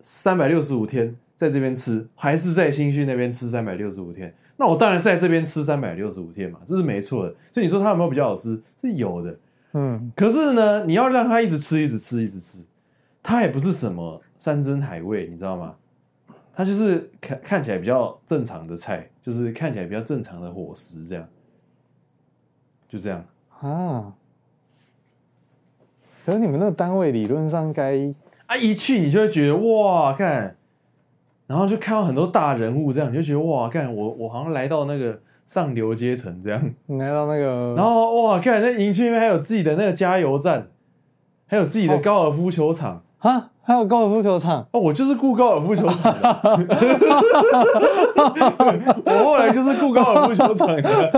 E: 三百六十五天，在这边吃，还是在新训那边吃三百六十五天？那我当然是在这边吃三百六十五天嘛，这是没错的。所以你说它有没有比较好吃？是有的。
D: 嗯，
E: 可是呢，你要让它一直吃，一直吃，一直吃，它也不是什么山珍海味，你知道吗？它就是看看起来比较正常的菜，就是看起来比较正常的伙食，这样，就这样。
D: 啊，可是你们那个单位理论上该
E: 啊，一去你就会觉得哇，看，然后就看到很多大人物，这样你就觉得哇，看我我好像来到那个上流阶层这样。
D: 你来到那个，
E: 然后哇，看那营区里面还有自己的那个加油站，还有自己的高尔夫球场。
D: 啊，还有高尔夫球场，
E: 哦，我就是雇高尔夫球场的， [LAUGHS] 我后来就是雇高尔夫球场的。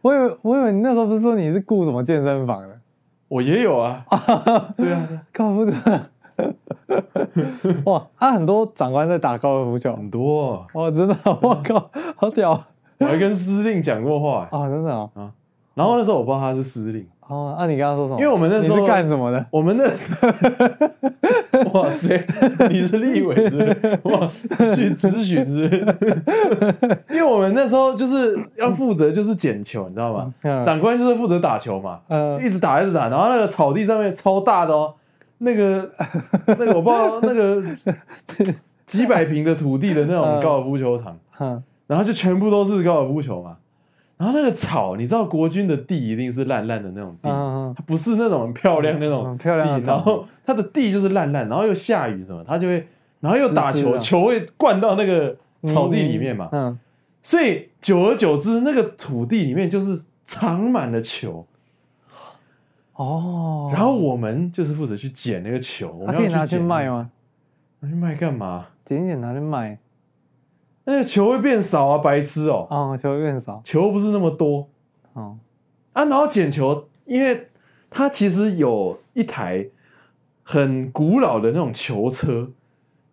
D: 我以为我以为你那时候不是说你是雇什么健身房的
E: 我也有啊，对啊，
D: 高尔夫球场？ [LAUGHS] 哇，啊，很多长官在打高尔夫球，
E: 很多哦、
D: 哇，真的，我靠，好屌
E: 我还跟司令讲过话、欸
D: 啊，真的哦，
E: 然后那时候我不知道他是司令，
D: 哦，那、你跟他说什么？
E: 因为我们那时候
D: 你是干什么的？
E: 我们那，哇塞，你是立委是不是？哇，去咨询是不是？因为我们那时候就是要负责就是捡球，你知道吗？
D: 嗯
E: 长官就是负责打球嘛， [LAUGHS]
D: 嗯
E: 一直打一直打，然后那个草地上面超大的哦，那个 [LAUGHS] 那个我不知道那个
D: [LAUGHS]
E: 几百平的土地的那种
D: 嗯
E: 高尔夫球场，
D: 哼，
E: 然后就全部都是高尔夫球嘛。然后那个草，你知道国军的地一定是烂烂的那种地，
D: 嗯
E: 它不是那种很漂亮那种、
D: 嗯漂亮的
E: 地，
D: 草
E: 然后它的地就是烂烂，然后又下雨什么，它就会，然后又打
D: 湿湿
E: 球，
D: 的
E: 球会灌到那个草地里面嘛，
D: 嗯，
E: 所以久而久之，那个土地里面就是藏满了球，
D: 哦，
E: 然后我们就是负责去捡那个球，我
D: 他
E: 们
D: 可
E: 要
D: 以拿去
E: 去捡
D: 卖？哦吗？
E: 拿去卖干嘛？
D: 捡一捡拿去卖，
E: 那个球会变少啊，白痴哦，
D: 哦，球变少，
E: 球不是那么多，
D: 哦，
E: 啊，然后捡球，因为它其实有一台很古老的那种球车，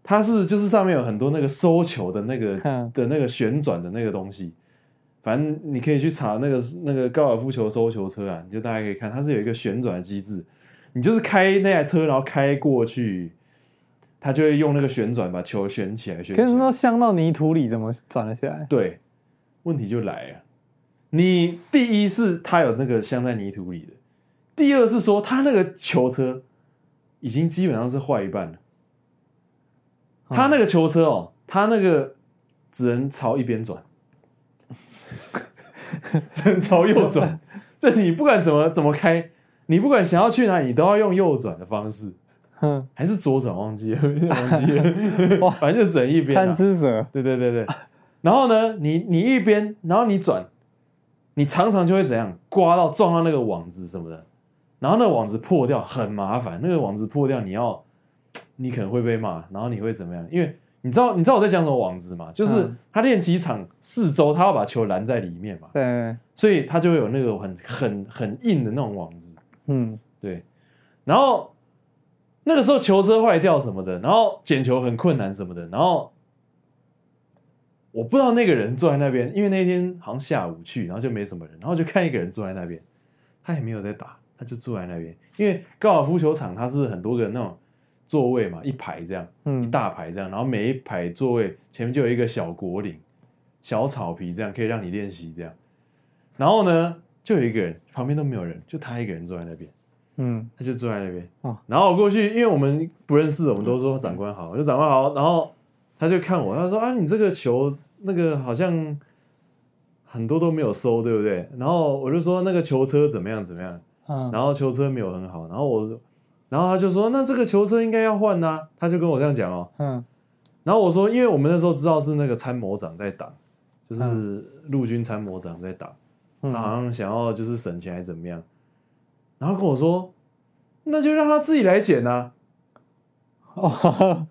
E: 它是就是上面有很多那个收球的那个
D: [LAUGHS] 嗯
E: 的那个旋转的那个东西。反正你可以去查那个那个高尔夫球收球车啊，你就大概可以看，它是有一个旋转的机制，你就是开那台车，然后开过去，它就会用那个旋转把球旋起来，旋起
D: 可
E: 来
D: 是。那镶到泥土里怎么转得起来？
E: 对，问题就来了。你第一是它有那个镶在泥土里的，第二是说它那个球车已经基本上是坏一半了。它那个球车哦，它那个只能朝一边转，只能朝右转。就你不管怎么怎么开，你不管想要去哪里，你都要用右转的方式，
D: 哼，
E: 还是左转忘记了，忘记了，反正就整一边、啊。
D: 贪吃蛇，
E: 对对对对。然后呢，你你一边，然后你转，你常常就会怎样刮到撞到那个网子什么的，然后那个网子破掉很麻烦，那个网子破掉你要，你可能会被骂，然后你会怎么样？因为你知道你知道我在讲什么网子吗？就是
D: 嗯
E: 他练习场四周，他要把球拦在里面嘛，
D: 对，
E: 所以他就会有那个很很很硬的那种网子。
D: 嗯，
E: 对，然后那个时候球车坏掉什么的，然后捡球很困难什么的，然后我不知道那个人坐在那边，因为那天好像下午去，然后就没什么人，然后就看一个人坐在那边，他也没有在打，他就坐在那边，因为高尔夫球场它是很多个那种座位嘛，一排这样，
D: 嗯
E: 一大排这样，然后每一排座位前面就有一个小果岭、小草皮，这样可以让你练习这样。然后呢，就有一个人，旁边都没有人，就他一个人坐在那边。
D: 嗯，
E: 他就坐在那边。
D: 哦
E: 然后我过去，因为我们不认识，我们都说长官好，我就长官好。然后他就看我，他说：“啊，你这个球那个好像很多都没有收，对不对？”然后我就说：“那个球车怎么样怎么样？”
D: 嗯，
E: 然后球车没有很好。然后我，然后他就说：“那这个球车应该要换呐、啊他就跟我这样讲哦。
D: 嗯，
E: 然后我说：“因为我们那时候知道是那个参谋长在挡，就是陆军参谋长在打，
D: 嗯 [LAUGHS]
E: 他好像想要就是省钱还是怎么样，然后跟我说，那就让他自己来剪啊。
D: 哦，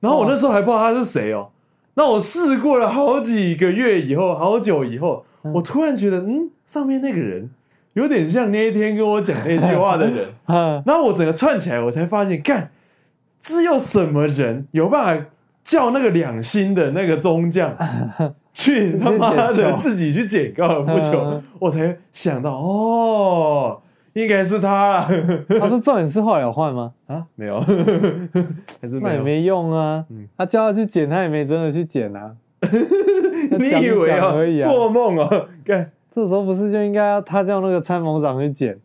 E: 然后我那时候还不知道他是谁哦。那我试过了好几个月以后，好久以后，我突然觉得，嗯，上面那个人有点像那一天跟我讲那句话的人。
D: 嗯
E: 然后我整个串起来，我才发现，干，只有什么人有办法叫那个两星的那个
D: [LAUGHS]
E: 中将去他妈
D: 自己剪
E: 的
D: 球
E: 自己去捡高尔夫球
D: 嗯？
E: 我才想到，哦，应该是他啊
D: 他说重点是后来有换吗？
E: [LAUGHS] 啊，没有，还是
D: 那也
E: [LAUGHS] 没有。嗯
D: 没用啊，他叫他去捡，他也没真的去捡啊。
E: 你以为
D: 讲讲而已啊
E: 做梦哦，干，
D: 这时候不是就应该要他叫那个参谋长去捡，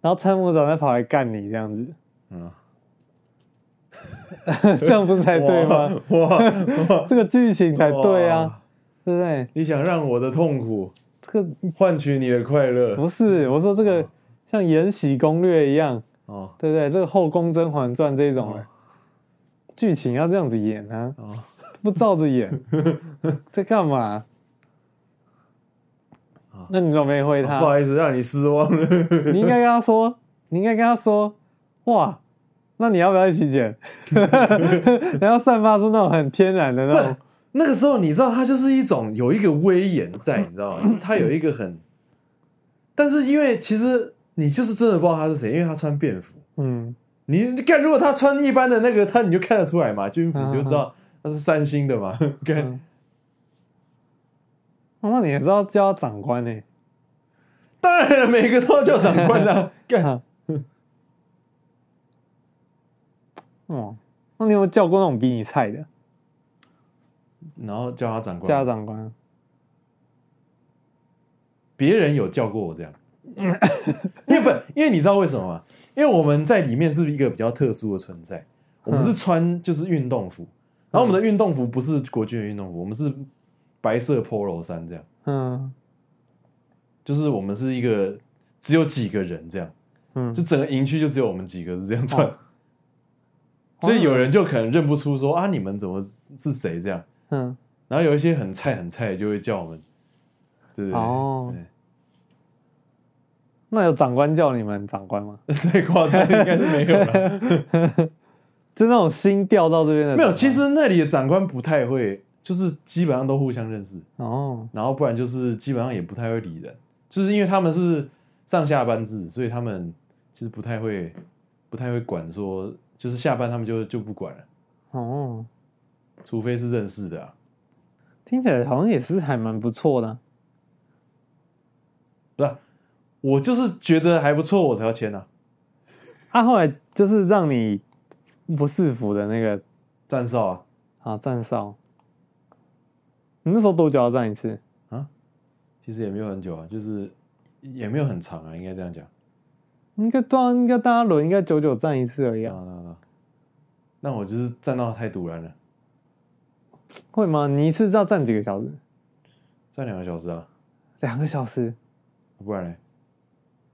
D: 然后参谋长再跑来干你这样子， [LAUGHS]
E: 嗯，
D: 这样不是才对吗？
E: 哇？哇，
D: [LAUGHS] 这个剧情才对啊，对不对？
E: 你想让我的痛苦
D: 这个
E: 换取你的快乐
D: 不是我说这个像《延禧攻略》一样，
E: 哦
D: 对不对？这个《后宫甄嬛传》这种
E: 哦
D: 的剧情要这样子演啊，
E: 哦，
D: 不照着演，
E: [LAUGHS]
D: 在干嘛？那你怎么没回
E: 哦不
D: 他？
E: 好意思让你失望了，
D: 你应该跟他说，你应该跟他说，哇，那你要不要一起剪？ [LAUGHS] 然后散发出那种很天然的那种，
E: 那个时候你知道，他就是一种有一个威严在，你知道吗？就是他有一个很，但是因为其实你就是真的不知道他是谁，因为他穿便服。
D: 嗯，
E: 你你看，如果他穿一般的那个，他你就看得出来嘛，军服你就知道他是三星的嘛。 [LAUGHS] 看，
D: 嗯哦那你也知道叫他长官呢、欸
E: 当然了，每个都要叫长官啦。干，
D: 啊，哦，那你有没有叫过那种比你菜的
E: 然后叫他长官，
D: 叫他长官？
E: 别人有叫过我这样，因为不，因为你知道为什么吗？因为我们在里面是一个比较特殊的存在，我们是穿就是运动服，然后我们的运动服不是国军的运动服，我们是白色 polo 衫这样，
D: 嗯
E: 就是我们是一个只有几个人这样，
D: 嗯
E: 就，整个营区就只有我们几个是这样穿，
D: 哦
E: 所以有人就可能认不出说啊你们怎么是谁这样，
D: 嗯，
E: 然后有一些很菜很菜的就会叫我们，对不对？
D: 哦
E: 对
D: 那有长官叫你们长官吗？ [LAUGHS]
E: 太夸张应该是没有了。
D: 就那种新调到这边的，
E: 没有，其实那里的长官不太会，就是基本上都互相认识，
D: 哦，
E: 然后不然就是基本上也不太会理人，就是因为他们是上下班制，所以他们其实不太会，不太会管说，就是下班他们就就不管了，
D: 哦，
E: 除非是认识的、啊。
D: 听起来好像也是还蛮不错的啊。
E: 不是啊，我就是觉得还不错，我才要签啊，
D: 啊，后来就是让你不适服的那个
E: 站哨啊，
D: 啊，站哨。你那时候多久要站一次？
E: 其实也没有很久啊，就是也没有很长啊，应该这样讲。
D: 应该对啊，应该大家轮应该久久站一次而已
E: 那
D: 啊，
E: 那那，那我就是站到太突然了，
D: 会吗？你一次要站几个小时？
E: 站两个小时啊。
D: 两个小时，
E: 不然呢？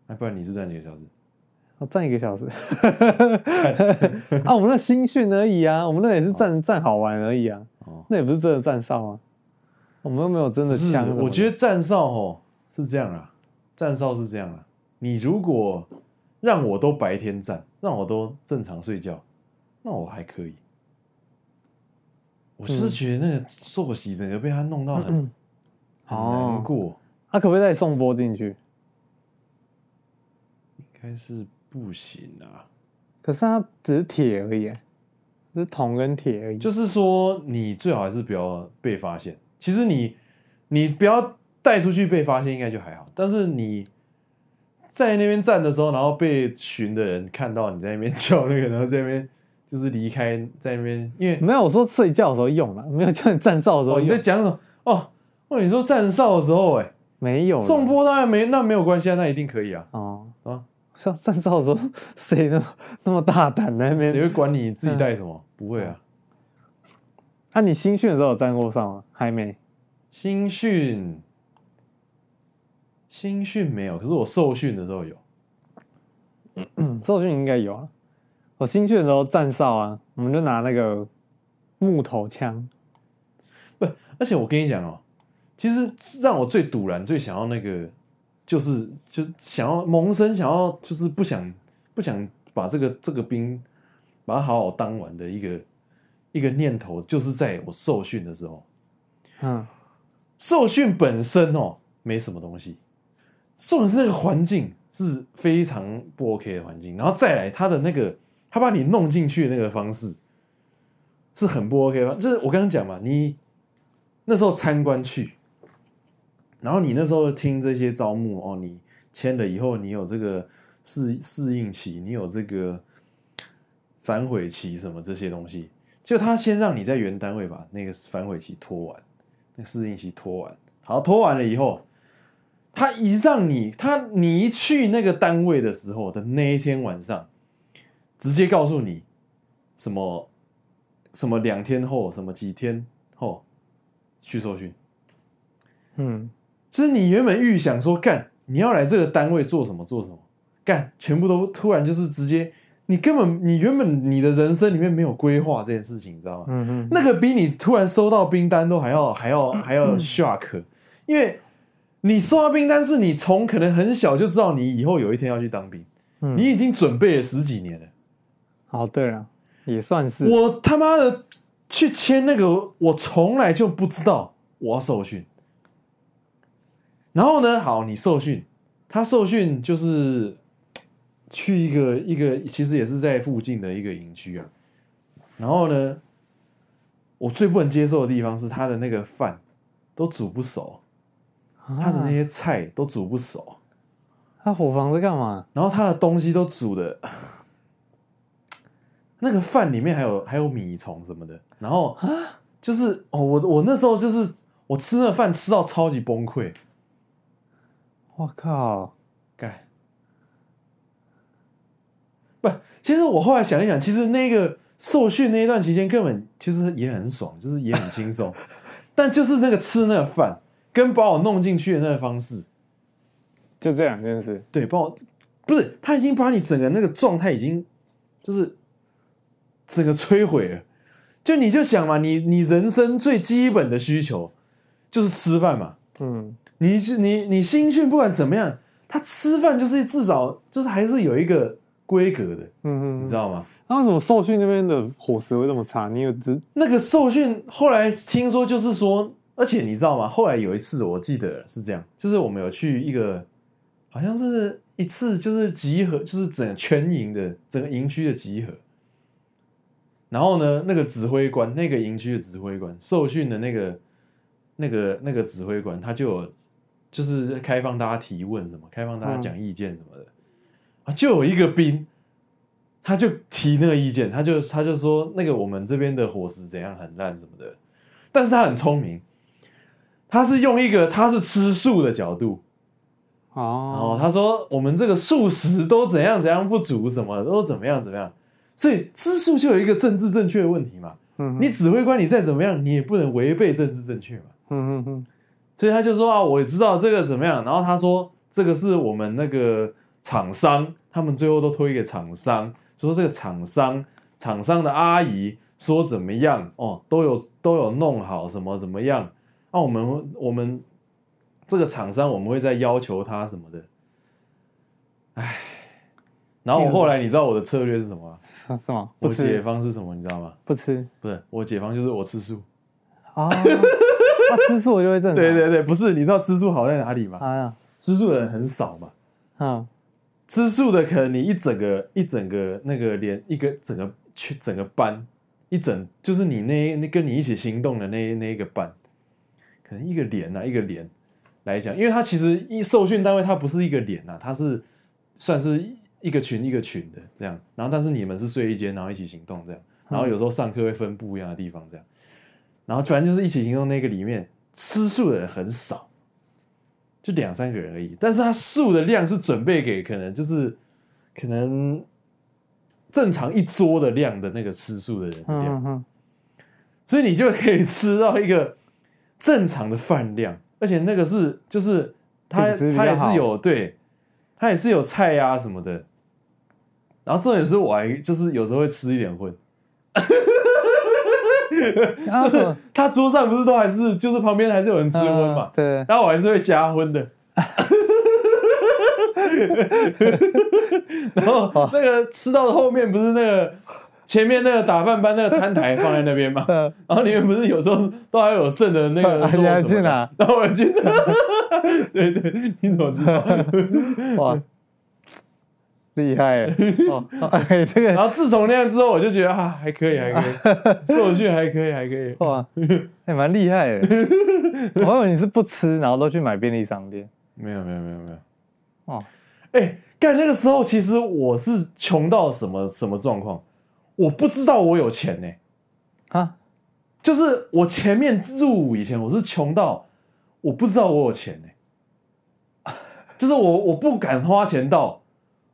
E: 那不然你是站几个小时？
D: 我站一个
E: [LAUGHS]
D: 小时。啊，我们那新训而已啊，我们那也是站站好玩而已啊
E: 哦，
D: 那也不是真的站哨啊，我们又没有真的
E: 不是
D: 枪什么，的。
E: 我觉得站哨吼是这样啦，站哨是这样啦。你如果让我都白天站，让我都正常睡觉，那我还可以。我就是觉得那个作息整个被他弄到很、
D: 嗯
E: 很难过，
D: 啊，可不可以再送波进去？
E: 应该是不行啊。
D: 可是它只是铁而已欸，只是铜跟铁而已。
E: 就是说，你最好还是不要被发现。其实你你不要带出去被发现，应该就还好。但是你在那边站的时候，然后被巡的人看到你在那边叫那个，然后在那边就是离开，在那边因为
D: 没有，我说睡觉的时候用了，嗯没有叫你站哨的时
E: 哦
D: 候
E: 你
D: 用。
E: 在讲什么哦哦你说站哨的时候哎、
D: 没有啦
E: 送波当然没那没有关系啊，那一定可以啊
D: 哦
E: 啊，
D: 像站哨的时候， [LAUGHS] 谁那么那么大胆在那
E: 谁
D: 边？
E: 会管你自己带什么？不会啊。
D: 啊，你新训的时候有站过哨吗？还没。
E: 新训新训没有，可是我受训的时候有。
D: 嗯，受训应该有啊。我新训的时候站哨啊，我们就拿那个木头枪，
E: 不，而且我跟你讲哦，其实让我最堵然、最想要那个，就是就想要萌生想要，就是不想不想把这个这个兵把它好好当完的一个一个念头，就是在我受训的时候，
D: 嗯，
E: 受训本身哦没什么东西，受训那个环境是非常不 OK 的环境，然后再来他的那个他把你弄进去的那个方式是很不 OK 的，就是我刚刚讲嘛，你那时候参观去，然后你那时候听这些招募哦，你签了以后，你有这个适适应期，你有这个反悔期什么这些东西，就他先让你在原单位把那个反悔期拖完。那适应期拖完，好，拖完了以后，他一让你，他你一去那个单位的时候的那一天晚上，直接告诉你什么什么两天后，什么几天后去受训，
D: 嗯，
E: 就是你原本预想说干你要来这个单位做什么做什么，干全部都突然就是直接，你根本你原本你的人生里面没有规划这件事情，你知道吗？
D: 嗯哼，
E: 那个比你突然收到冰单都还要还要还要 shock，因为你收到冰单是你从可能很小就知道你以后有一天要去当兵，
D: 嗯
E: 你已经准备了十几年了。
D: 哦，对了，也算是，
E: 我他妈的去签那个，我从来就不知道我要受训。然后呢，好，你受训，他受训就是去一个一个，其实也是在附近的一个营区啊。然后呢，我最不能接受的地方是他的那个饭都煮不熟，他的那
D: 啊
E: 些菜都煮不熟，
D: 他伙房是干嘛？
E: 然后他的东西都煮的， [SIGHS] 那个饭里面还有还有米虫什么的，然后就是哦，我我那时候就是我吃那饭吃到超级崩溃，
D: 我靠，
E: 干，不，其实我后来想一想，其实那个受训那一段期间根本其实也很爽，就是也很轻松，但就是那个吃那个饭跟把我弄进去的那个方式，
D: 就这两件事，
E: 对，帮我不是他已经把你整个那个状态已经就是整个摧毁了。就你就想嘛，你你人生最基本的需求就是吃饭嘛。
D: 嗯，
E: 你你你新训不管怎么样，他吃饭就是至少就是还是有一个规格的，
D: 嗯
E: 你知
D: 哼，
E: 道吗？
D: 那为什么受训那边的伙食会这么差？你有知？
E: 那个受训后来听说就是说，而且你知道吗？后来有一次我记得是这样，就是我们有去一个，好像是一次就是集合，就是整个全营的整个营区的集合。然后呢，那个指挥官，那个营区的指挥官，受训的那个那个那个指挥官，他就有就是开放大家提问什么，开放大家讲意见什么的。啊，就有一个兵，他就提那个意见，他就他就说那个我们这边的伙食怎样很烂什么的，但是他很聪明，他是用一个他是吃素的角度，然后
D: 哦，
E: 他说我们这个素食都怎样怎样不足，什么都怎么样怎么样，所以吃素就有一个政治正确的问题嘛，
D: 嗯哼
E: 你指挥官你再怎么样，你也不能违背政治正确嘛，
D: 嗯哼哼，
E: 所以他就说啊，我也知道这个怎么样。然后他说这个是我们那个厂商，他们最后都推给厂商，就说这个厂商厂商的阿姨说怎么样哦，都有都有弄好什么怎么样。那、我们我们这个厂商我们会再要求他什么的。唉，然后我后来你知道我的策略是什么吗？
D: 是是吗？
E: 我
D: 啊不
E: 解
D: 吃，
E: 放是什么？你知道吗？
D: 不吃
E: 不是我解放就是我吃素。
D: 啊， [LAUGHS] 他吃素我就会正常。
E: 对对对，不是，你知道吃素好在哪里吗？
D: 哎呀，
E: 吃素的人很少嘛。
D: 嗯，
E: 吃素的，可能你一整个一整个那个连一个整个去整个班，一整就是你那那跟你一起行动的那那一个班，可能一个连啊一个连来讲，因为它其实一受训单位它不是一个连啊，它是算是一个群一个群的这样，然后但是你们是睡一间，然后一起行动这样，然后有时候上课会分不一样的地方这样，然后反正就是一起行动那个里面吃素的人很少。就两三个人而已，但是他素的量是准备给可能就是可能正常一桌的量的那个吃素的人的
D: 嗯
E: 量，
D: 嗯嗯，
E: 所以你就可以吃到一个正常的饭量，而且那个是就是它
D: 品质比较
E: 它也
D: 好
E: 是有对，它也是有菜呀、什么的。然后重点是我还就是有时候会吃一点荤，
D: 然后啊
E: 就
D: 什
E: [LAUGHS] 是
D: 么
E: 他桌上不是都还是就是旁边还是有人吃荤嘛
D: 嗯，对
E: 然后我还是会加
D: [LAUGHS]
E: 荤的。然后那个吃到后面不是那个前面那个打饭班那个餐台放在那边嘛，
D: 嗯
E: 然后你们不是有时候都还有剩的那个
D: 你 [LAUGHS] 还去拿
E: 拿？然后我去拿， [LAUGHS] 对对，你怎么知道？
D: 哇，厉
E: [LAUGHS]
D: 害了！哦，哎，这
E: 然
D: 个
E: 后自从那样之后，我就觉得啊，还可以，还可
D: [LAUGHS]
E: 以，瘦去还可以，还可以。
D: 哇，还蛮厉害
E: [LAUGHS]
D: 的。我以为你是不吃，然后都去买便利商店。
E: 没有没有没有没有。
D: 哦，
E: 哎、干那个时候，其实我是穷到什么什么状况，我不知道我有钱呢、
D: 啊，
E: 就是我前面入伍以前，我是穷到我不知道我有钱呢、欸就是我我不敢花钱到，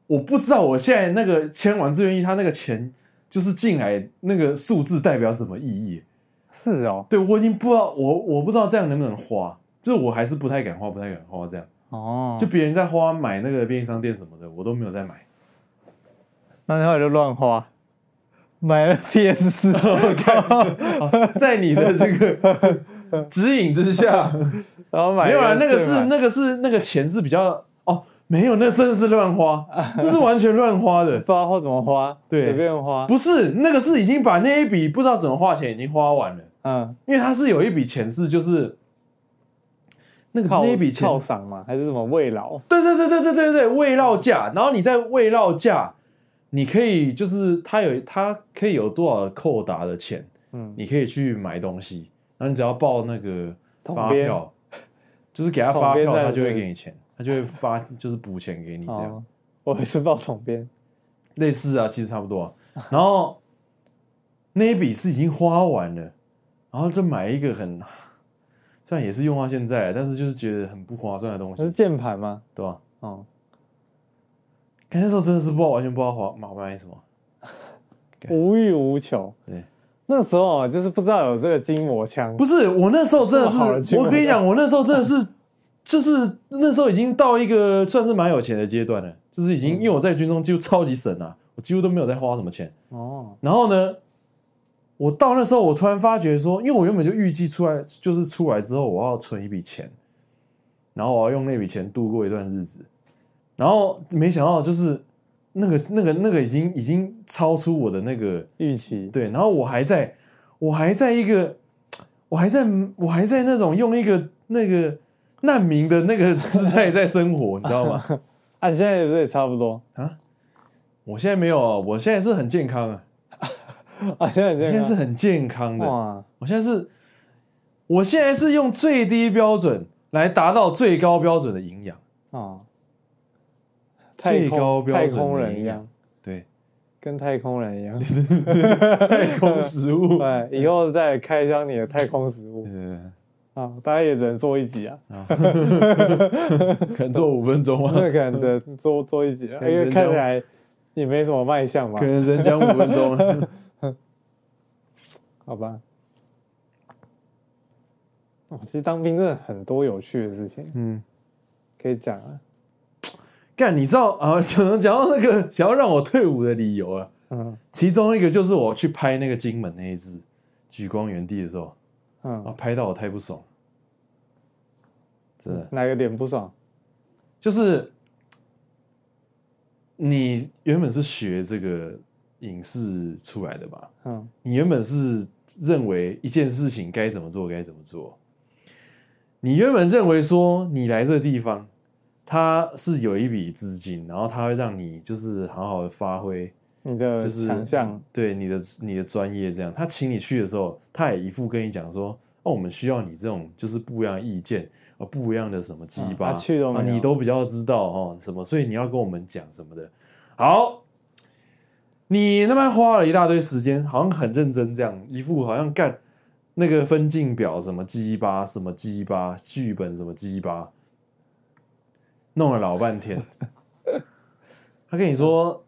E: 我不知道我现在那个签完志愿役，他那个钱就是进来那个数字代表什么意义欸、
D: 是哦，
E: 对我已经不知道，我我不知道这样能不能花，就是我还是不太敢花，不太敢花这样。
D: 哦，
E: 就别人在花买那个便利商店什么的，我都没有在买。
D: 那你后来就乱花，买了 PS
E: [LAUGHS]
D: 四，
E: 哦在你的这个指引之下，
D: [LAUGHS] 然后买
E: 没有啊，那个是
D: 那
E: 那个是那个钱是比较哦，没有，那真的是乱花， [LAUGHS] 那是完全乱花的
D: 不，知道怎么花，
E: 对
D: 随便花。
E: 不是那个是已经把那一笔不知道怎么花钱已经花完了，
D: 嗯，
E: 因为它是有一笔钱是就是那个
D: 靠
E: 那一笔钱
D: 犒赏嘛，还是什么慰劳？
E: 对对对对对对对，未绕价，然后你在未绕价，你可以就是它有它可以有多少扣打的钱，
D: 嗯
E: 你可以去买东西，然后你只要报那个发
D: 统编
E: 票，就是给他
D: 统
E: 发
D: 编
E: 票，
D: 战
E: 他就会
D: 士
E: 给你钱，他就会发就是补钱给你这样，
D: 哦， [LAUGHS] 我也是报统编，
E: 类似啊，其实差不多啊、然后那一笔是已经花完了，然后就买一个很。虽然也是用到现在，但是就是觉得很不划算的东
D: 那是
E: 西，
D: 键盘吗？
E: 对吧？
D: 哦，
E: 看那时候真的是不知道，完全不知道花买买什么。
D: 无欲无求。
E: 对，
D: 那时候啊就是不知道有这个筋膜枪，
E: 不是我那时候真的
D: 这么好的
E: 是，
D: 机会啊
E: 我跟你讲，我那时候真的是， [LAUGHS] 就是那时候已经到一个算是蛮有钱的阶段了，就是已经
D: 嗯
E: 因为我在军中几乎超级省啊，我几乎都没有在花什么钱。
D: 哦，
E: 然后呢，我到那时候我突然发觉说，因为我原本就预计出来，就是出来之后我要存一笔钱，然后我要用那笔钱度过一段日子。然后没想到就是那个那个那个已经已经超出我的那个
D: 预期
E: 对，然后我还在，我还在一个，我还在，我还在那种用一个那个难民的那个 [LAUGHS] 姿态在生活，你知
D: [LAUGHS]
E: 道吗？
D: 啊，现在是不是也差不多？
E: 我现在没有啊，我现在是很健康啊，
D: 啊，现在已
E: 我
D: 经
E: 现在是很健康的，
D: 哇，
E: 我现在是，我现在是用最低标准来达到最高标准的营养，
D: 哦，
E: 最
D: 太空
E: 高标准
D: 太
E: 的
D: 空人
E: 营
D: 一
E: 养
D: 样，
E: 对，
D: 跟太空人一样。[LAUGHS]
E: 太空食物，
D: 对，以后再开箱你的太空食物
E: 呃，
D: 啊，大家也只能做一集啊，
E: 可能做五分钟
D: 那
E: 啊，
D: 可能只能做做一集啊，
E: 可能
D: 因为
E: 人家
D: 看起来也没什么卖相嘛
E: 可，能只能讲五分
D: [LAUGHS]
E: 钟了。
D: 好吧。哦，其实当兵真的很多有趣的事情
E: 嗯，
D: 可以讲啊，
E: 干，你知道啊？讲讲到那个想要让我退伍的理由啊。
D: 嗯
E: 其中一个就是我去拍那个金门那一支举光原地的时候，啊，
D: 嗯，
E: 拍到我太不爽了，真的
D: 哪个点不爽？
E: 就是你原本是学这个影视出来的吧？
D: 嗯
E: 你原本是认为一件事情该怎么做该怎么做，你原本认为说你来这地方，它是有一笔资金，然后它会让你就是好好的发挥，
D: 你的
E: 就是
D: 强项，
E: 对你的你的专业这样。他请你去的时候，他也一副跟你讲说，哦，我们需要你这种就是不一样的意见，呃，不一样的什么鸡巴，
D: 啊他去都没
E: 啊
D: 有
E: 你都比较知道哦，什么，所以你要跟我们讲什么的。好，你那边花了一大堆时间，好像很认真这样，一副好像干那个分镜表什么鸡巴什么鸡巴，剧本什么鸡巴，弄了老半天。 [LAUGHS] 他跟你说，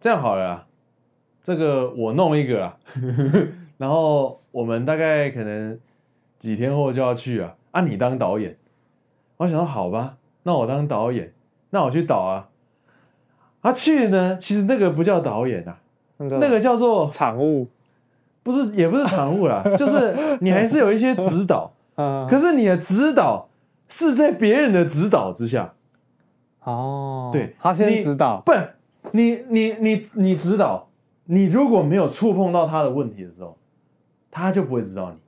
E: 这样好了啦，这个我弄一个啊， [LAUGHS] 然后我们大概可能几天后就要去啊，啊，你当导演，我想说好吧，那我当导演，那我去导啊，啊去呢，其实那个不叫导演啊，
D: 那
E: 那个叫做
D: 产物
E: 不是也不是产物啦，就是你还是有一些指导，
D: 嗯，
E: 可是你的指导是在别人的指导之下，
D: 哦，
E: 对
D: 他先
E: 你
D: 指导，
E: 不，你你你你指导，你如果没有触碰到他的问题的时候，他就不会指导你。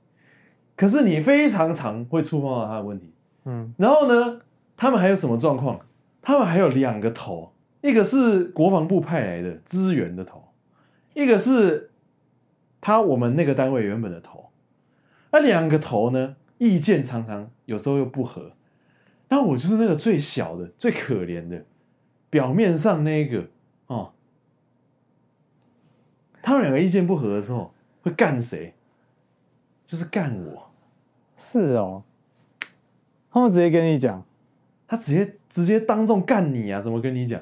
E: 可是你非常常会触碰到他的问题，
D: 嗯，
E: 然后呢，他们还有什么状况？他们还有两个头，一个是国防部派来的支援的头，一个是他我们那个单位原本的头。那两个头呢，意见常常有时候又不合。那我就是那个最小的、最可怜的，表面上那一个哦。他们两个意见不合的时候，会干谁？就是干我。
D: 是哦，他们直接跟你讲，
E: 他直接直接当众干你啊！怎么跟你讲？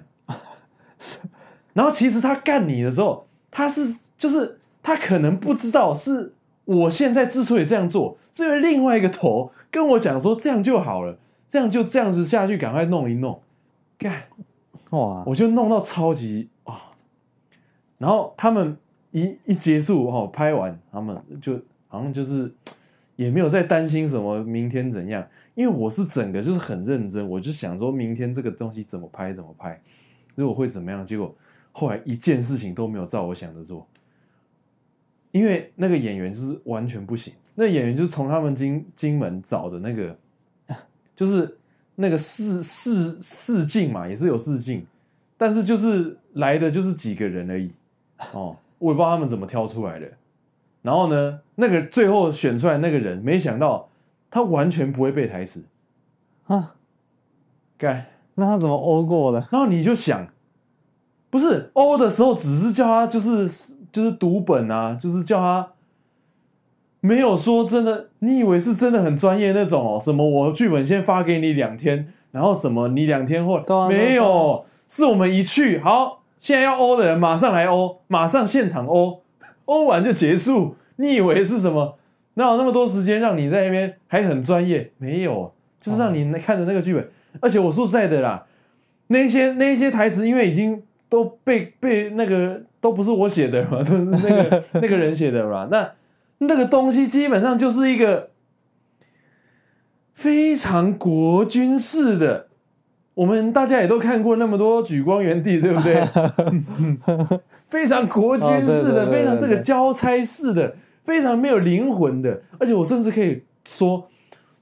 E: [LAUGHS] 然后其实他干你的时候，他是就是他可能不知道是我现在之所以这样做，是因为另外一个头跟我讲说这样就好了，这样就这样子下去，赶快弄一弄，干
D: 哇，
E: 我就弄到超级哦。然后他们一一结束哦，拍完他们就好像就是也没有在担心什么明天怎样，因为我是整个就是很认真，我就想说明天这个东西怎么拍怎么拍，如果会怎么样。结果后来一件事情都没有照我想的做，因为那个演员就是完全不行，那演员就是从他们金金门找的那个，就是那个试试试镜嘛，也是有试镜，但是就是来的就是几个人而已，哦，我也不知道他们怎么挑出来的。然后呢，那个最后选出来那个人，没想到他完全不会背台词，
D: 啊，
E: 干，
D: 那他怎么欧过的？
E: 然后你就想，不是欧的时候只是叫他就是就是读本啊，就是叫他，没有说真的，你以为是真的很专业那种哦？什么我剧本先发给你两天，然后什么你两天后、
D: 对啊
E: 没有，是我们一去好，现在要欧的人马上来欧，马上现场欧，欧完就结束。你以为是什么？哪有那么多时间让你在那边还很专业？没有，啊就是让你看着那个剧本。而且我说实在的啦，那些那些台词，因为已经都被被那个都不是我写的嘛，都是那个那个人写的嘛。那那个东西基本上就是一个非常国军式的。我们大家也都看过那么多《举光原地》，对不对？
D: [LAUGHS]
E: 非常国军式的，
D: 哦对对对对
E: 非常这个
D: 对
E: 交差式的，非常没有灵魂的，而且我甚至可以说，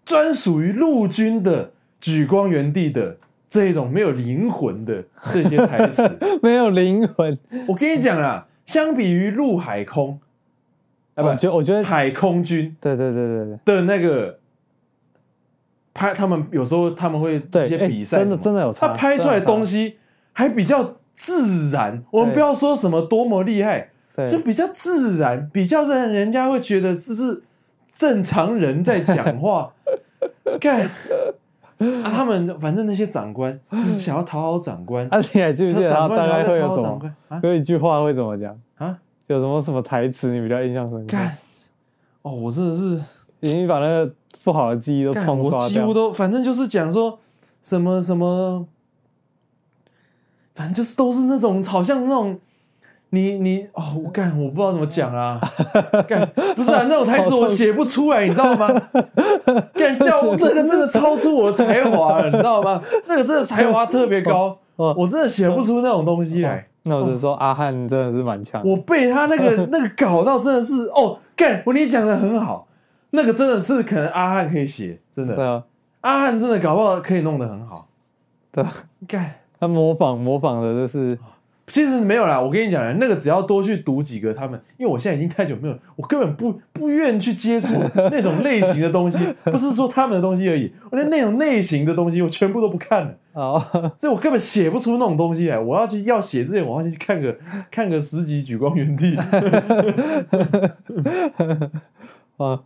E: 专属于陆军的举光原地的这一种没有灵魂的这些台
D: [LAUGHS]
E: 词，
D: [LAUGHS] 没有灵魂，
E: 我跟你讲啦，相比于陆海空，啊
D: 我
E: 不，
D: 觉得我觉得，
E: 海空军
D: 对对对对对。
E: 的那个拍，他们有时候他们会
D: 对
E: 一些比赛
D: 哎
E: 什
D: 真
E: 么、
D: 的真的有差
E: 他拍出
D: 真的有
E: 来的
D: 差
E: 东西还比较自然。我们
D: 对
E: 不要说什么多么厉害，
D: 对，
E: 就比较自然，比较让人家会觉得这是正常人在讲话。 [LAUGHS] 看啊，他们反正那些长官就是想要讨好长官，
D: 啊，你还记不记得他
E: 长官
D: 大
E: 想要
D: 概
E: 再
D: 会
E: 讨
D: 有
E: 好
D: 什
E: 长
D: 么？
E: 官啊
D: 有一句话会怎么讲？
E: 啊！
D: 有什么什么台词你比较印象深刻？
E: 干，哦，我真的是
D: 已经把那个不好的记忆都
E: 干
D: 冲
E: 我
D: 刷
E: 几
D: 掉
E: 乎。都，反正就是讲说什么什么，反正就是都是那种好像那种。你你哦，我干，我不知道怎么
D: [LAUGHS]
E: 讲啊，干不是啊，那种台词我写不出来，你知道吗？干叫我那个真的超出我的才华了，你知道吗？那个真的才华特别高，
D: 哦哦哦
E: 我真的写不出那种东西来。
D: 那我就说阿汉真的是蛮强，
E: 哦我被他那个那个搞到真的是哦，干！我你讲的很好，那个真的是可能阿汉可以写，真
D: 对
E: 的，
D: 啊，
E: 阿汉真的搞不好可以弄得很好。
D: 对啊，
E: 干，
D: 他模仿模仿的就是
E: 其实没有啦，我跟你讲啦，那个只要多去读几个他们，因为我现在已经太久没有，我根本不不愿去接触那种类型的东西，不是说他们的东西而已，我连那种类型的东西我全部都不看了。
D: 哦，
E: 所以我根本写不出那种东西来。我要去要写之前，我要去看个看个十集《举光
D: [LAUGHS]
E: 原地》
D: 啊，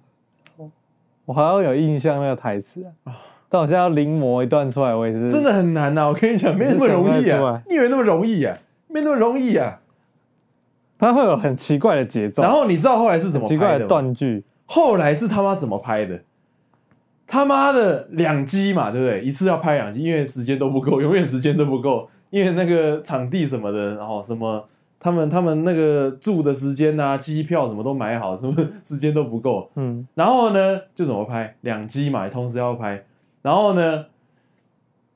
D: 我好像有印象那个台词啊，但我现在要临摹一段出来，我也是
E: 真的很难呐、我跟你讲，没那么容易
D: [LAUGHS] 想不出
E: 啊
D: 来！
E: 你以为那么容易啊？没那么容易啊！
D: 他会有很奇怪的节奏，
E: 然后你知道后来是怎么
D: 奇怪
E: 拍的
D: 的
E: 吗？
D: 断句，
E: 后来是他妈怎么拍的？他妈的两机嘛，对不对？一次要拍两 [LAUGHS] 机，因为时间都不够，永远时间都不够，因为那个场地什么的，然后什么他们他们那个住的时间呐、机票什么都买好，什么 [LAUGHS] 时间都不够。
D: 嗯，
E: 然后呢，就怎么拍两机嘛，同时要拍。然后呢，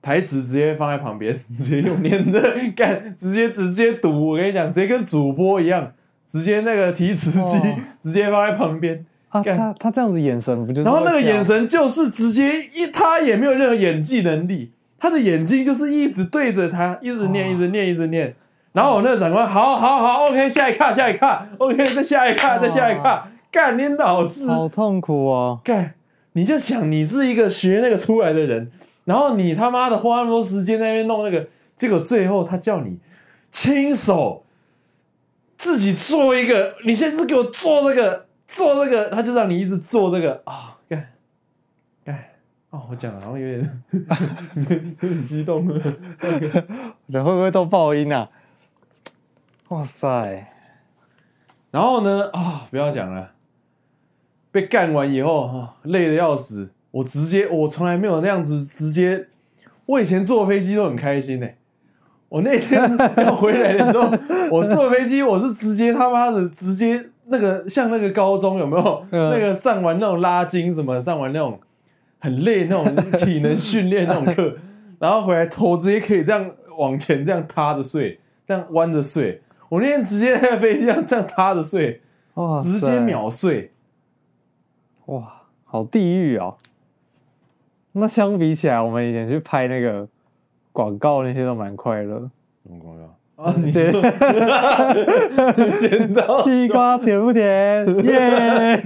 E: 台词直接放在旁边， [LAUGHS] 直接用念的干，直接直接读。我跟你讲，直接跟主播一样，直接那个提词机、
D: 哦
E: 直接放在旁边。
D: 啊，
E: 干
D: 他他这样子眼神不就是？
E: 然后那个眼，神就是直接一，他也没有任何演技能力，他的眼睛就是一直对着他，一直
D: 哦
E: 念，一直念，一直念。然后我那个长官，好好好，OK，下一卡，下一卡，OK，再下一卡，再下一卡，干你老师，
D: 哦好痛苦哦。
E: 干，你就想你是一个学那个出来的人，然后你他妈的花那么多时间在那边弄那个，结果最后他叫你亲手自己做一个，你现在就是给我做这个做这个，他就让你一直做这个啊，干干哦，我讲的好像有点 [LAUGHS] 有点激动了， [LAUGHS]
D: 人会不会都爆音啊？哇塞，
E: 然后呢啊、不要讲了，被干完以后啊、累的要死，我直接我从来没有那样子直接，我以前坐飞机都很开心呢、欸我那天要回来的时
D: [LAUGHS]
E: 候，我坐飞机我是直接他妈的直接那个像那个高中有没有、
D: 嗯
E: 那个上完那种拉筋什么，上完那种很累那种体能训练那种课，
D: [LAUGHS]
E: 然后回来头直接可以这样往前这样塌着睡，这样弯着睡。我那天直接在飞机上这样塌着睡，
D: 哇塞，
E: 直接秒睡。
D: 哇，好地狱哦。那相比起来，我们以前去拍那个广告那些都蛮快
E: [LAUGHS]
D: 乐，
E: 什么广告啊？你
D: 对，
E: [LAUGHS] 捡到
D: 西瓜甜不甜？耶！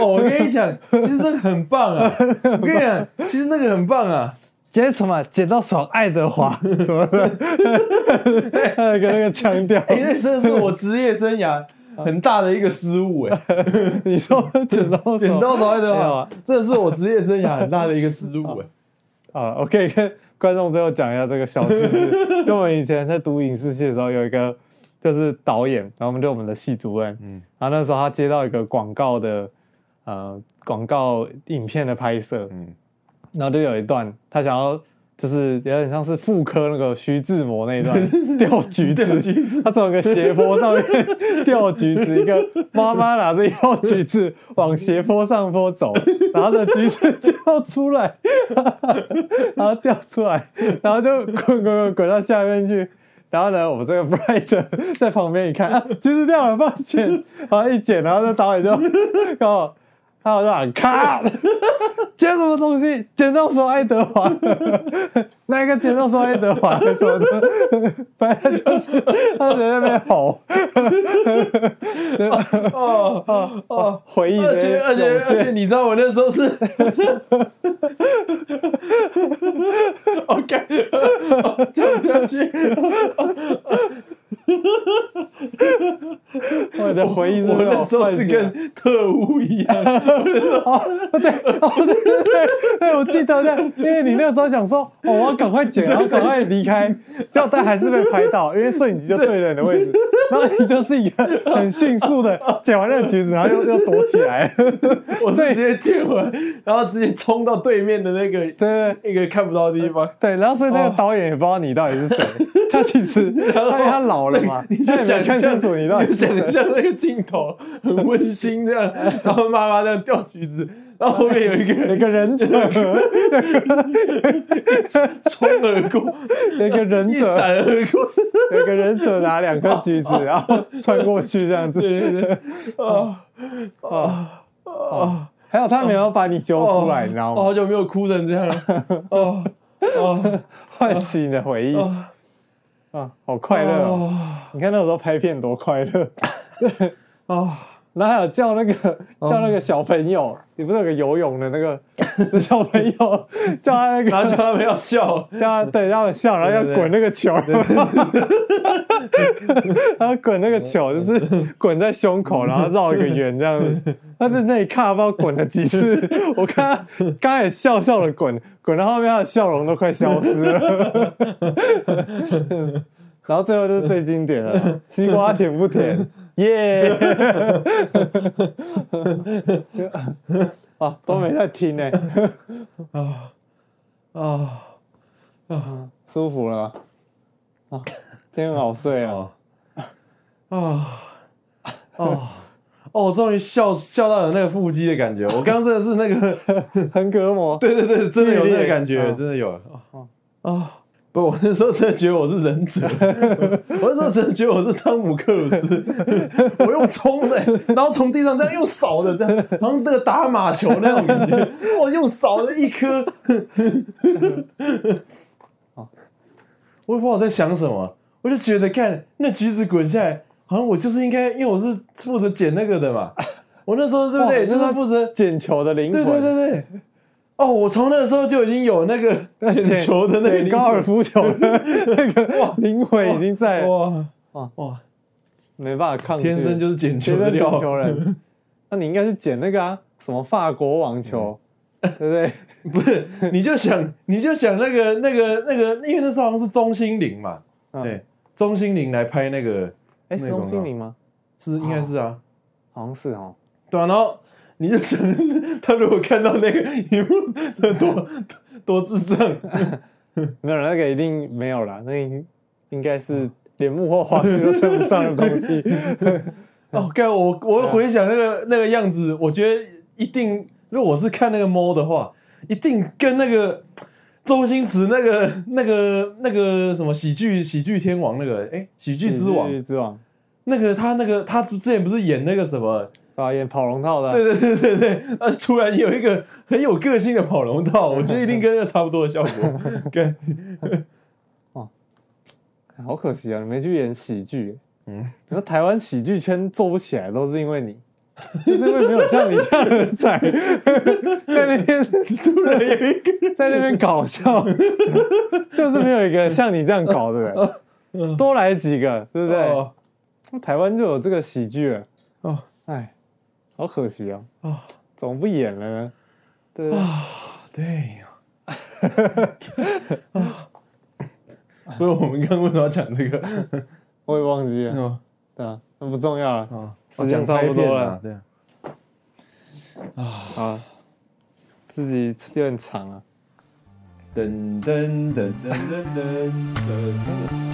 E: 哦！我跟你讲，其实那个很棒啊！我跟你讲，其实那个很棒啊！
D: 捡什么？捡到爽，爱德华什么的， [LAUGHS] 跟那个腔调。
E: 哎、那真的是我职业生涯很大的一个失误 [LAUGHS] 哎、
D: 你说捡到爽
E: 剪刀手爱德
D: 没有
E: 华
D: 啊，
E: 真的是我职业生涯很大的一个失误哎、
D: 啊，我可以跟 [LAUGHS] 观众最后讲一下这个小趣 [LAUGHS] 事。就我们以前在读影视系的时候，有一个就是导演，然后我们就我们的系主任，嗯，然后那时候他接到一个广告的呃广告影片的拍摄，
E: 嗯
D: 嗯，然后就有一段他想要。就是有点像是妇科那个徐志摩那一 [LAUGHS] 段掉橘子，他从一个斜坡上面掉橘子，一个妈妈拿着一包橘子往斜坡上坡走，然后那橘子 [LAUGHS] 掉出来，然后掉出来，然后就滚滚滚滚到下面去。然后呢，我们这个 Bright 在旁边一看，啊，橘子掉了，抱歉。然后一捡，然后那导演就刚好，他好像喊咔，捡什么东西？捡到手爱德华，那个捡到手爱德华什么的，反正就是他在那边吼，
E: 哦
D: [LAUGHS]
E: 哦哦！
D: 回忆
E: 而
D: 直接
E: 且而且
D: 涌现
E: 而且，你知道我那时候是 [LAUGHS] ，OK，哦讲不下去。
D: 我的回忆真的
E: 我那时候
D: 幻
E: 是
D: 想
E: 跟特务一
D: [LAUGHS]
E: 样，
D: 对，我记得对，因为你那时候想说，哦，我要赶快剪，然后赶快离开，结果但还是被拍到，因为摄影机就对着你的位
E: [LAUGHS]
D: 置，然后你就是一个很迅速的剪完那个橘子，然后又又躲起来，
E: 我
D: 所
E: 是
D: 以
E: 直接借完，然后直接冲到对哦面的那个
D: 对
E: 那个看不到的地方。
D: 对，然后所以那个导演也不知道你到底是谁，
E: [LAUGHS]
D: 他其实他因为他老了嘛，
E: 你就
D: 他也
E: 想
D: 没看清楚你到底是
E: 想
D: 谁。
E: 象那个镜头很温馨这样，然后妈妈这样掉橘子，然后后面有一个
D: 有一
E: 人
D: 个忍者，
E: 冲而 [LAUGHS] 过，
D: 有一个忍
E: 一
D: 者，
E: 闪而过。
D: 有一个忍者拿两颗橘
E: [LAUGHS]
D: 子，然后穿过去这样子。
E: 对对对，啊啊
D: 还有他没有把你揪
E: 啊！
D: 出来，你知道
E: 我
D: 吗？
E: 好久没有哭成这样 [LAUGHS] 了。哦哦
D: 唤起你的回忆
E: 哦
D: 啊，好快乐哦！
E: 啊
D: 你看那时候拍片多快乐，
E: 哦！
D: 然后还有叫那个
E: 啊
D: 叫那个小朋友，你不是有个游泳的那个 [LAUGHS] 小朋友，叫他那
E: 然后
D: 个
E: 叫他们要笑，
D: 叫他对让他笑，然后
E: 对对
D: 要
E: 对
D: 滚那个球， [LAUGHS] 然后滚那个球就是滚在胸口，然后绕一个圆这样子。他在那一看不知道滚了几次，我看他刚才笑笑的滚，滚到后面他的笑容都快消失了。 [LAUGHS] 然后最后就是最经典了，西瓜甜不甜？耶、 [LAUGHS] 啊，都没在听呢、
E: 啊
D: 舒服了吧？啊，今天很好睡啊。
E: 哦啊哦哦，终于笑笑到有那个腹肌的感觉。我刚刚真的是那个，
D: 横膈膜，
E: 对对对，真的有那个感觉，
D: 嗯
E: 真的有啊啊！不，我那时候真的觉得我是忍者，
D: [LAUGHS]
E: 我那时候真的觉得我是汤姆克鲁斯， [LAUGHS] 我用冲的、然后从地上这样用扫的，这样，然后那个打马球那种感觉，我用扫的
D: [LAUGHS]
E: 一颗，哦我也不知道我在想什么，我就觉得看那橘子滚下来，好像我就是应该，因为我是负责捡那个的嘛，我那时候对不对，
D: 哇
E: 就是
D: 那
E: 负责
D: 捡球的灵魂，
E: 对对对对。哦，我从那个时候就已经有那个
D: 捡
E: 捡球的那个
D: 捡高尔夫球的那个灵魂已经在，
E: 哇哇
D: 哇
E: 哇，
D: 没办法抗拒，
E: 天生就是捡球
D: 天
E: 的
D: 生
E: 料
D: 捡球
E: [LAUGHS]
D: 人。那你应该是捡那个啊，什么法国网球，
E: 嗯
D: 对不对？
E: [LAUGHS] 不是？你就想你就想那个那个那个，因为那时候好像是钟欣凌嘛，
D: 嗯
E: 对，钟欣凌来拍那个
D: 哎，
E: 那
D: 是
E: 个广
D: 钟
E: 告
D: 心凌吗？
E: 是应该是
D: 哦
E: 啊，
D: 好像是哦。
E: 对啊，然后你就想 [LAUGHS] 他如果看到那个 [LAUGHS] 荧幕，他多多智障，
D: 没有啦那个一定没有啦，那应应该
E: 嗯
D: 是连幕后花絮都称不上的东
E: [LAUGHS]
D: 西。
E: 哦，该我我回想那个那个样子，我觉得一定，如果我是看那个猫的话，一定跟那个周星驰那个 [LAUGHS] 那个那个什么喜剧喜剧天王那个哎、喜剧之王
D: 之王，
E: 那个他那个他之前不是演那个什么 [LAUGHS]
D: 对啊，演跑龙套的啊，
E: 对对对对对，啊，突然有一个 [LAUGHS] 很有个性的跑龙套，我觉得一定跟那个差不多的效 [LAUGHS] 果。跟
D: 好可惜啊，你没去演喜剧。
E: 嗯
D: 嗯，你说台湾喜剧圈做不起来，都是因为你，就是因为没有像你这样的仔，在那边突然有一个在那边搞笑，就是没有一个像你这样搞的人，多来几个，对不对？
E: 哦
D: 台湾就有这个喜剧了。
E: 哦
D: 哦，哎，好可惜啊！
E: 啊
D: 啊，怎么不演了呢？对不对，
E: [LAUGHS] 对呀，啊，不是我们刚刚为什么要讲这个？
D: 我也忘记了。
E: 哦
D: 对啊，那不重要了。
E: 啊，
D: 时间差哦不多了
E: 对啊，
D: 啊，自己有点长啊。
E: 噔噔噔噔噔噔噔。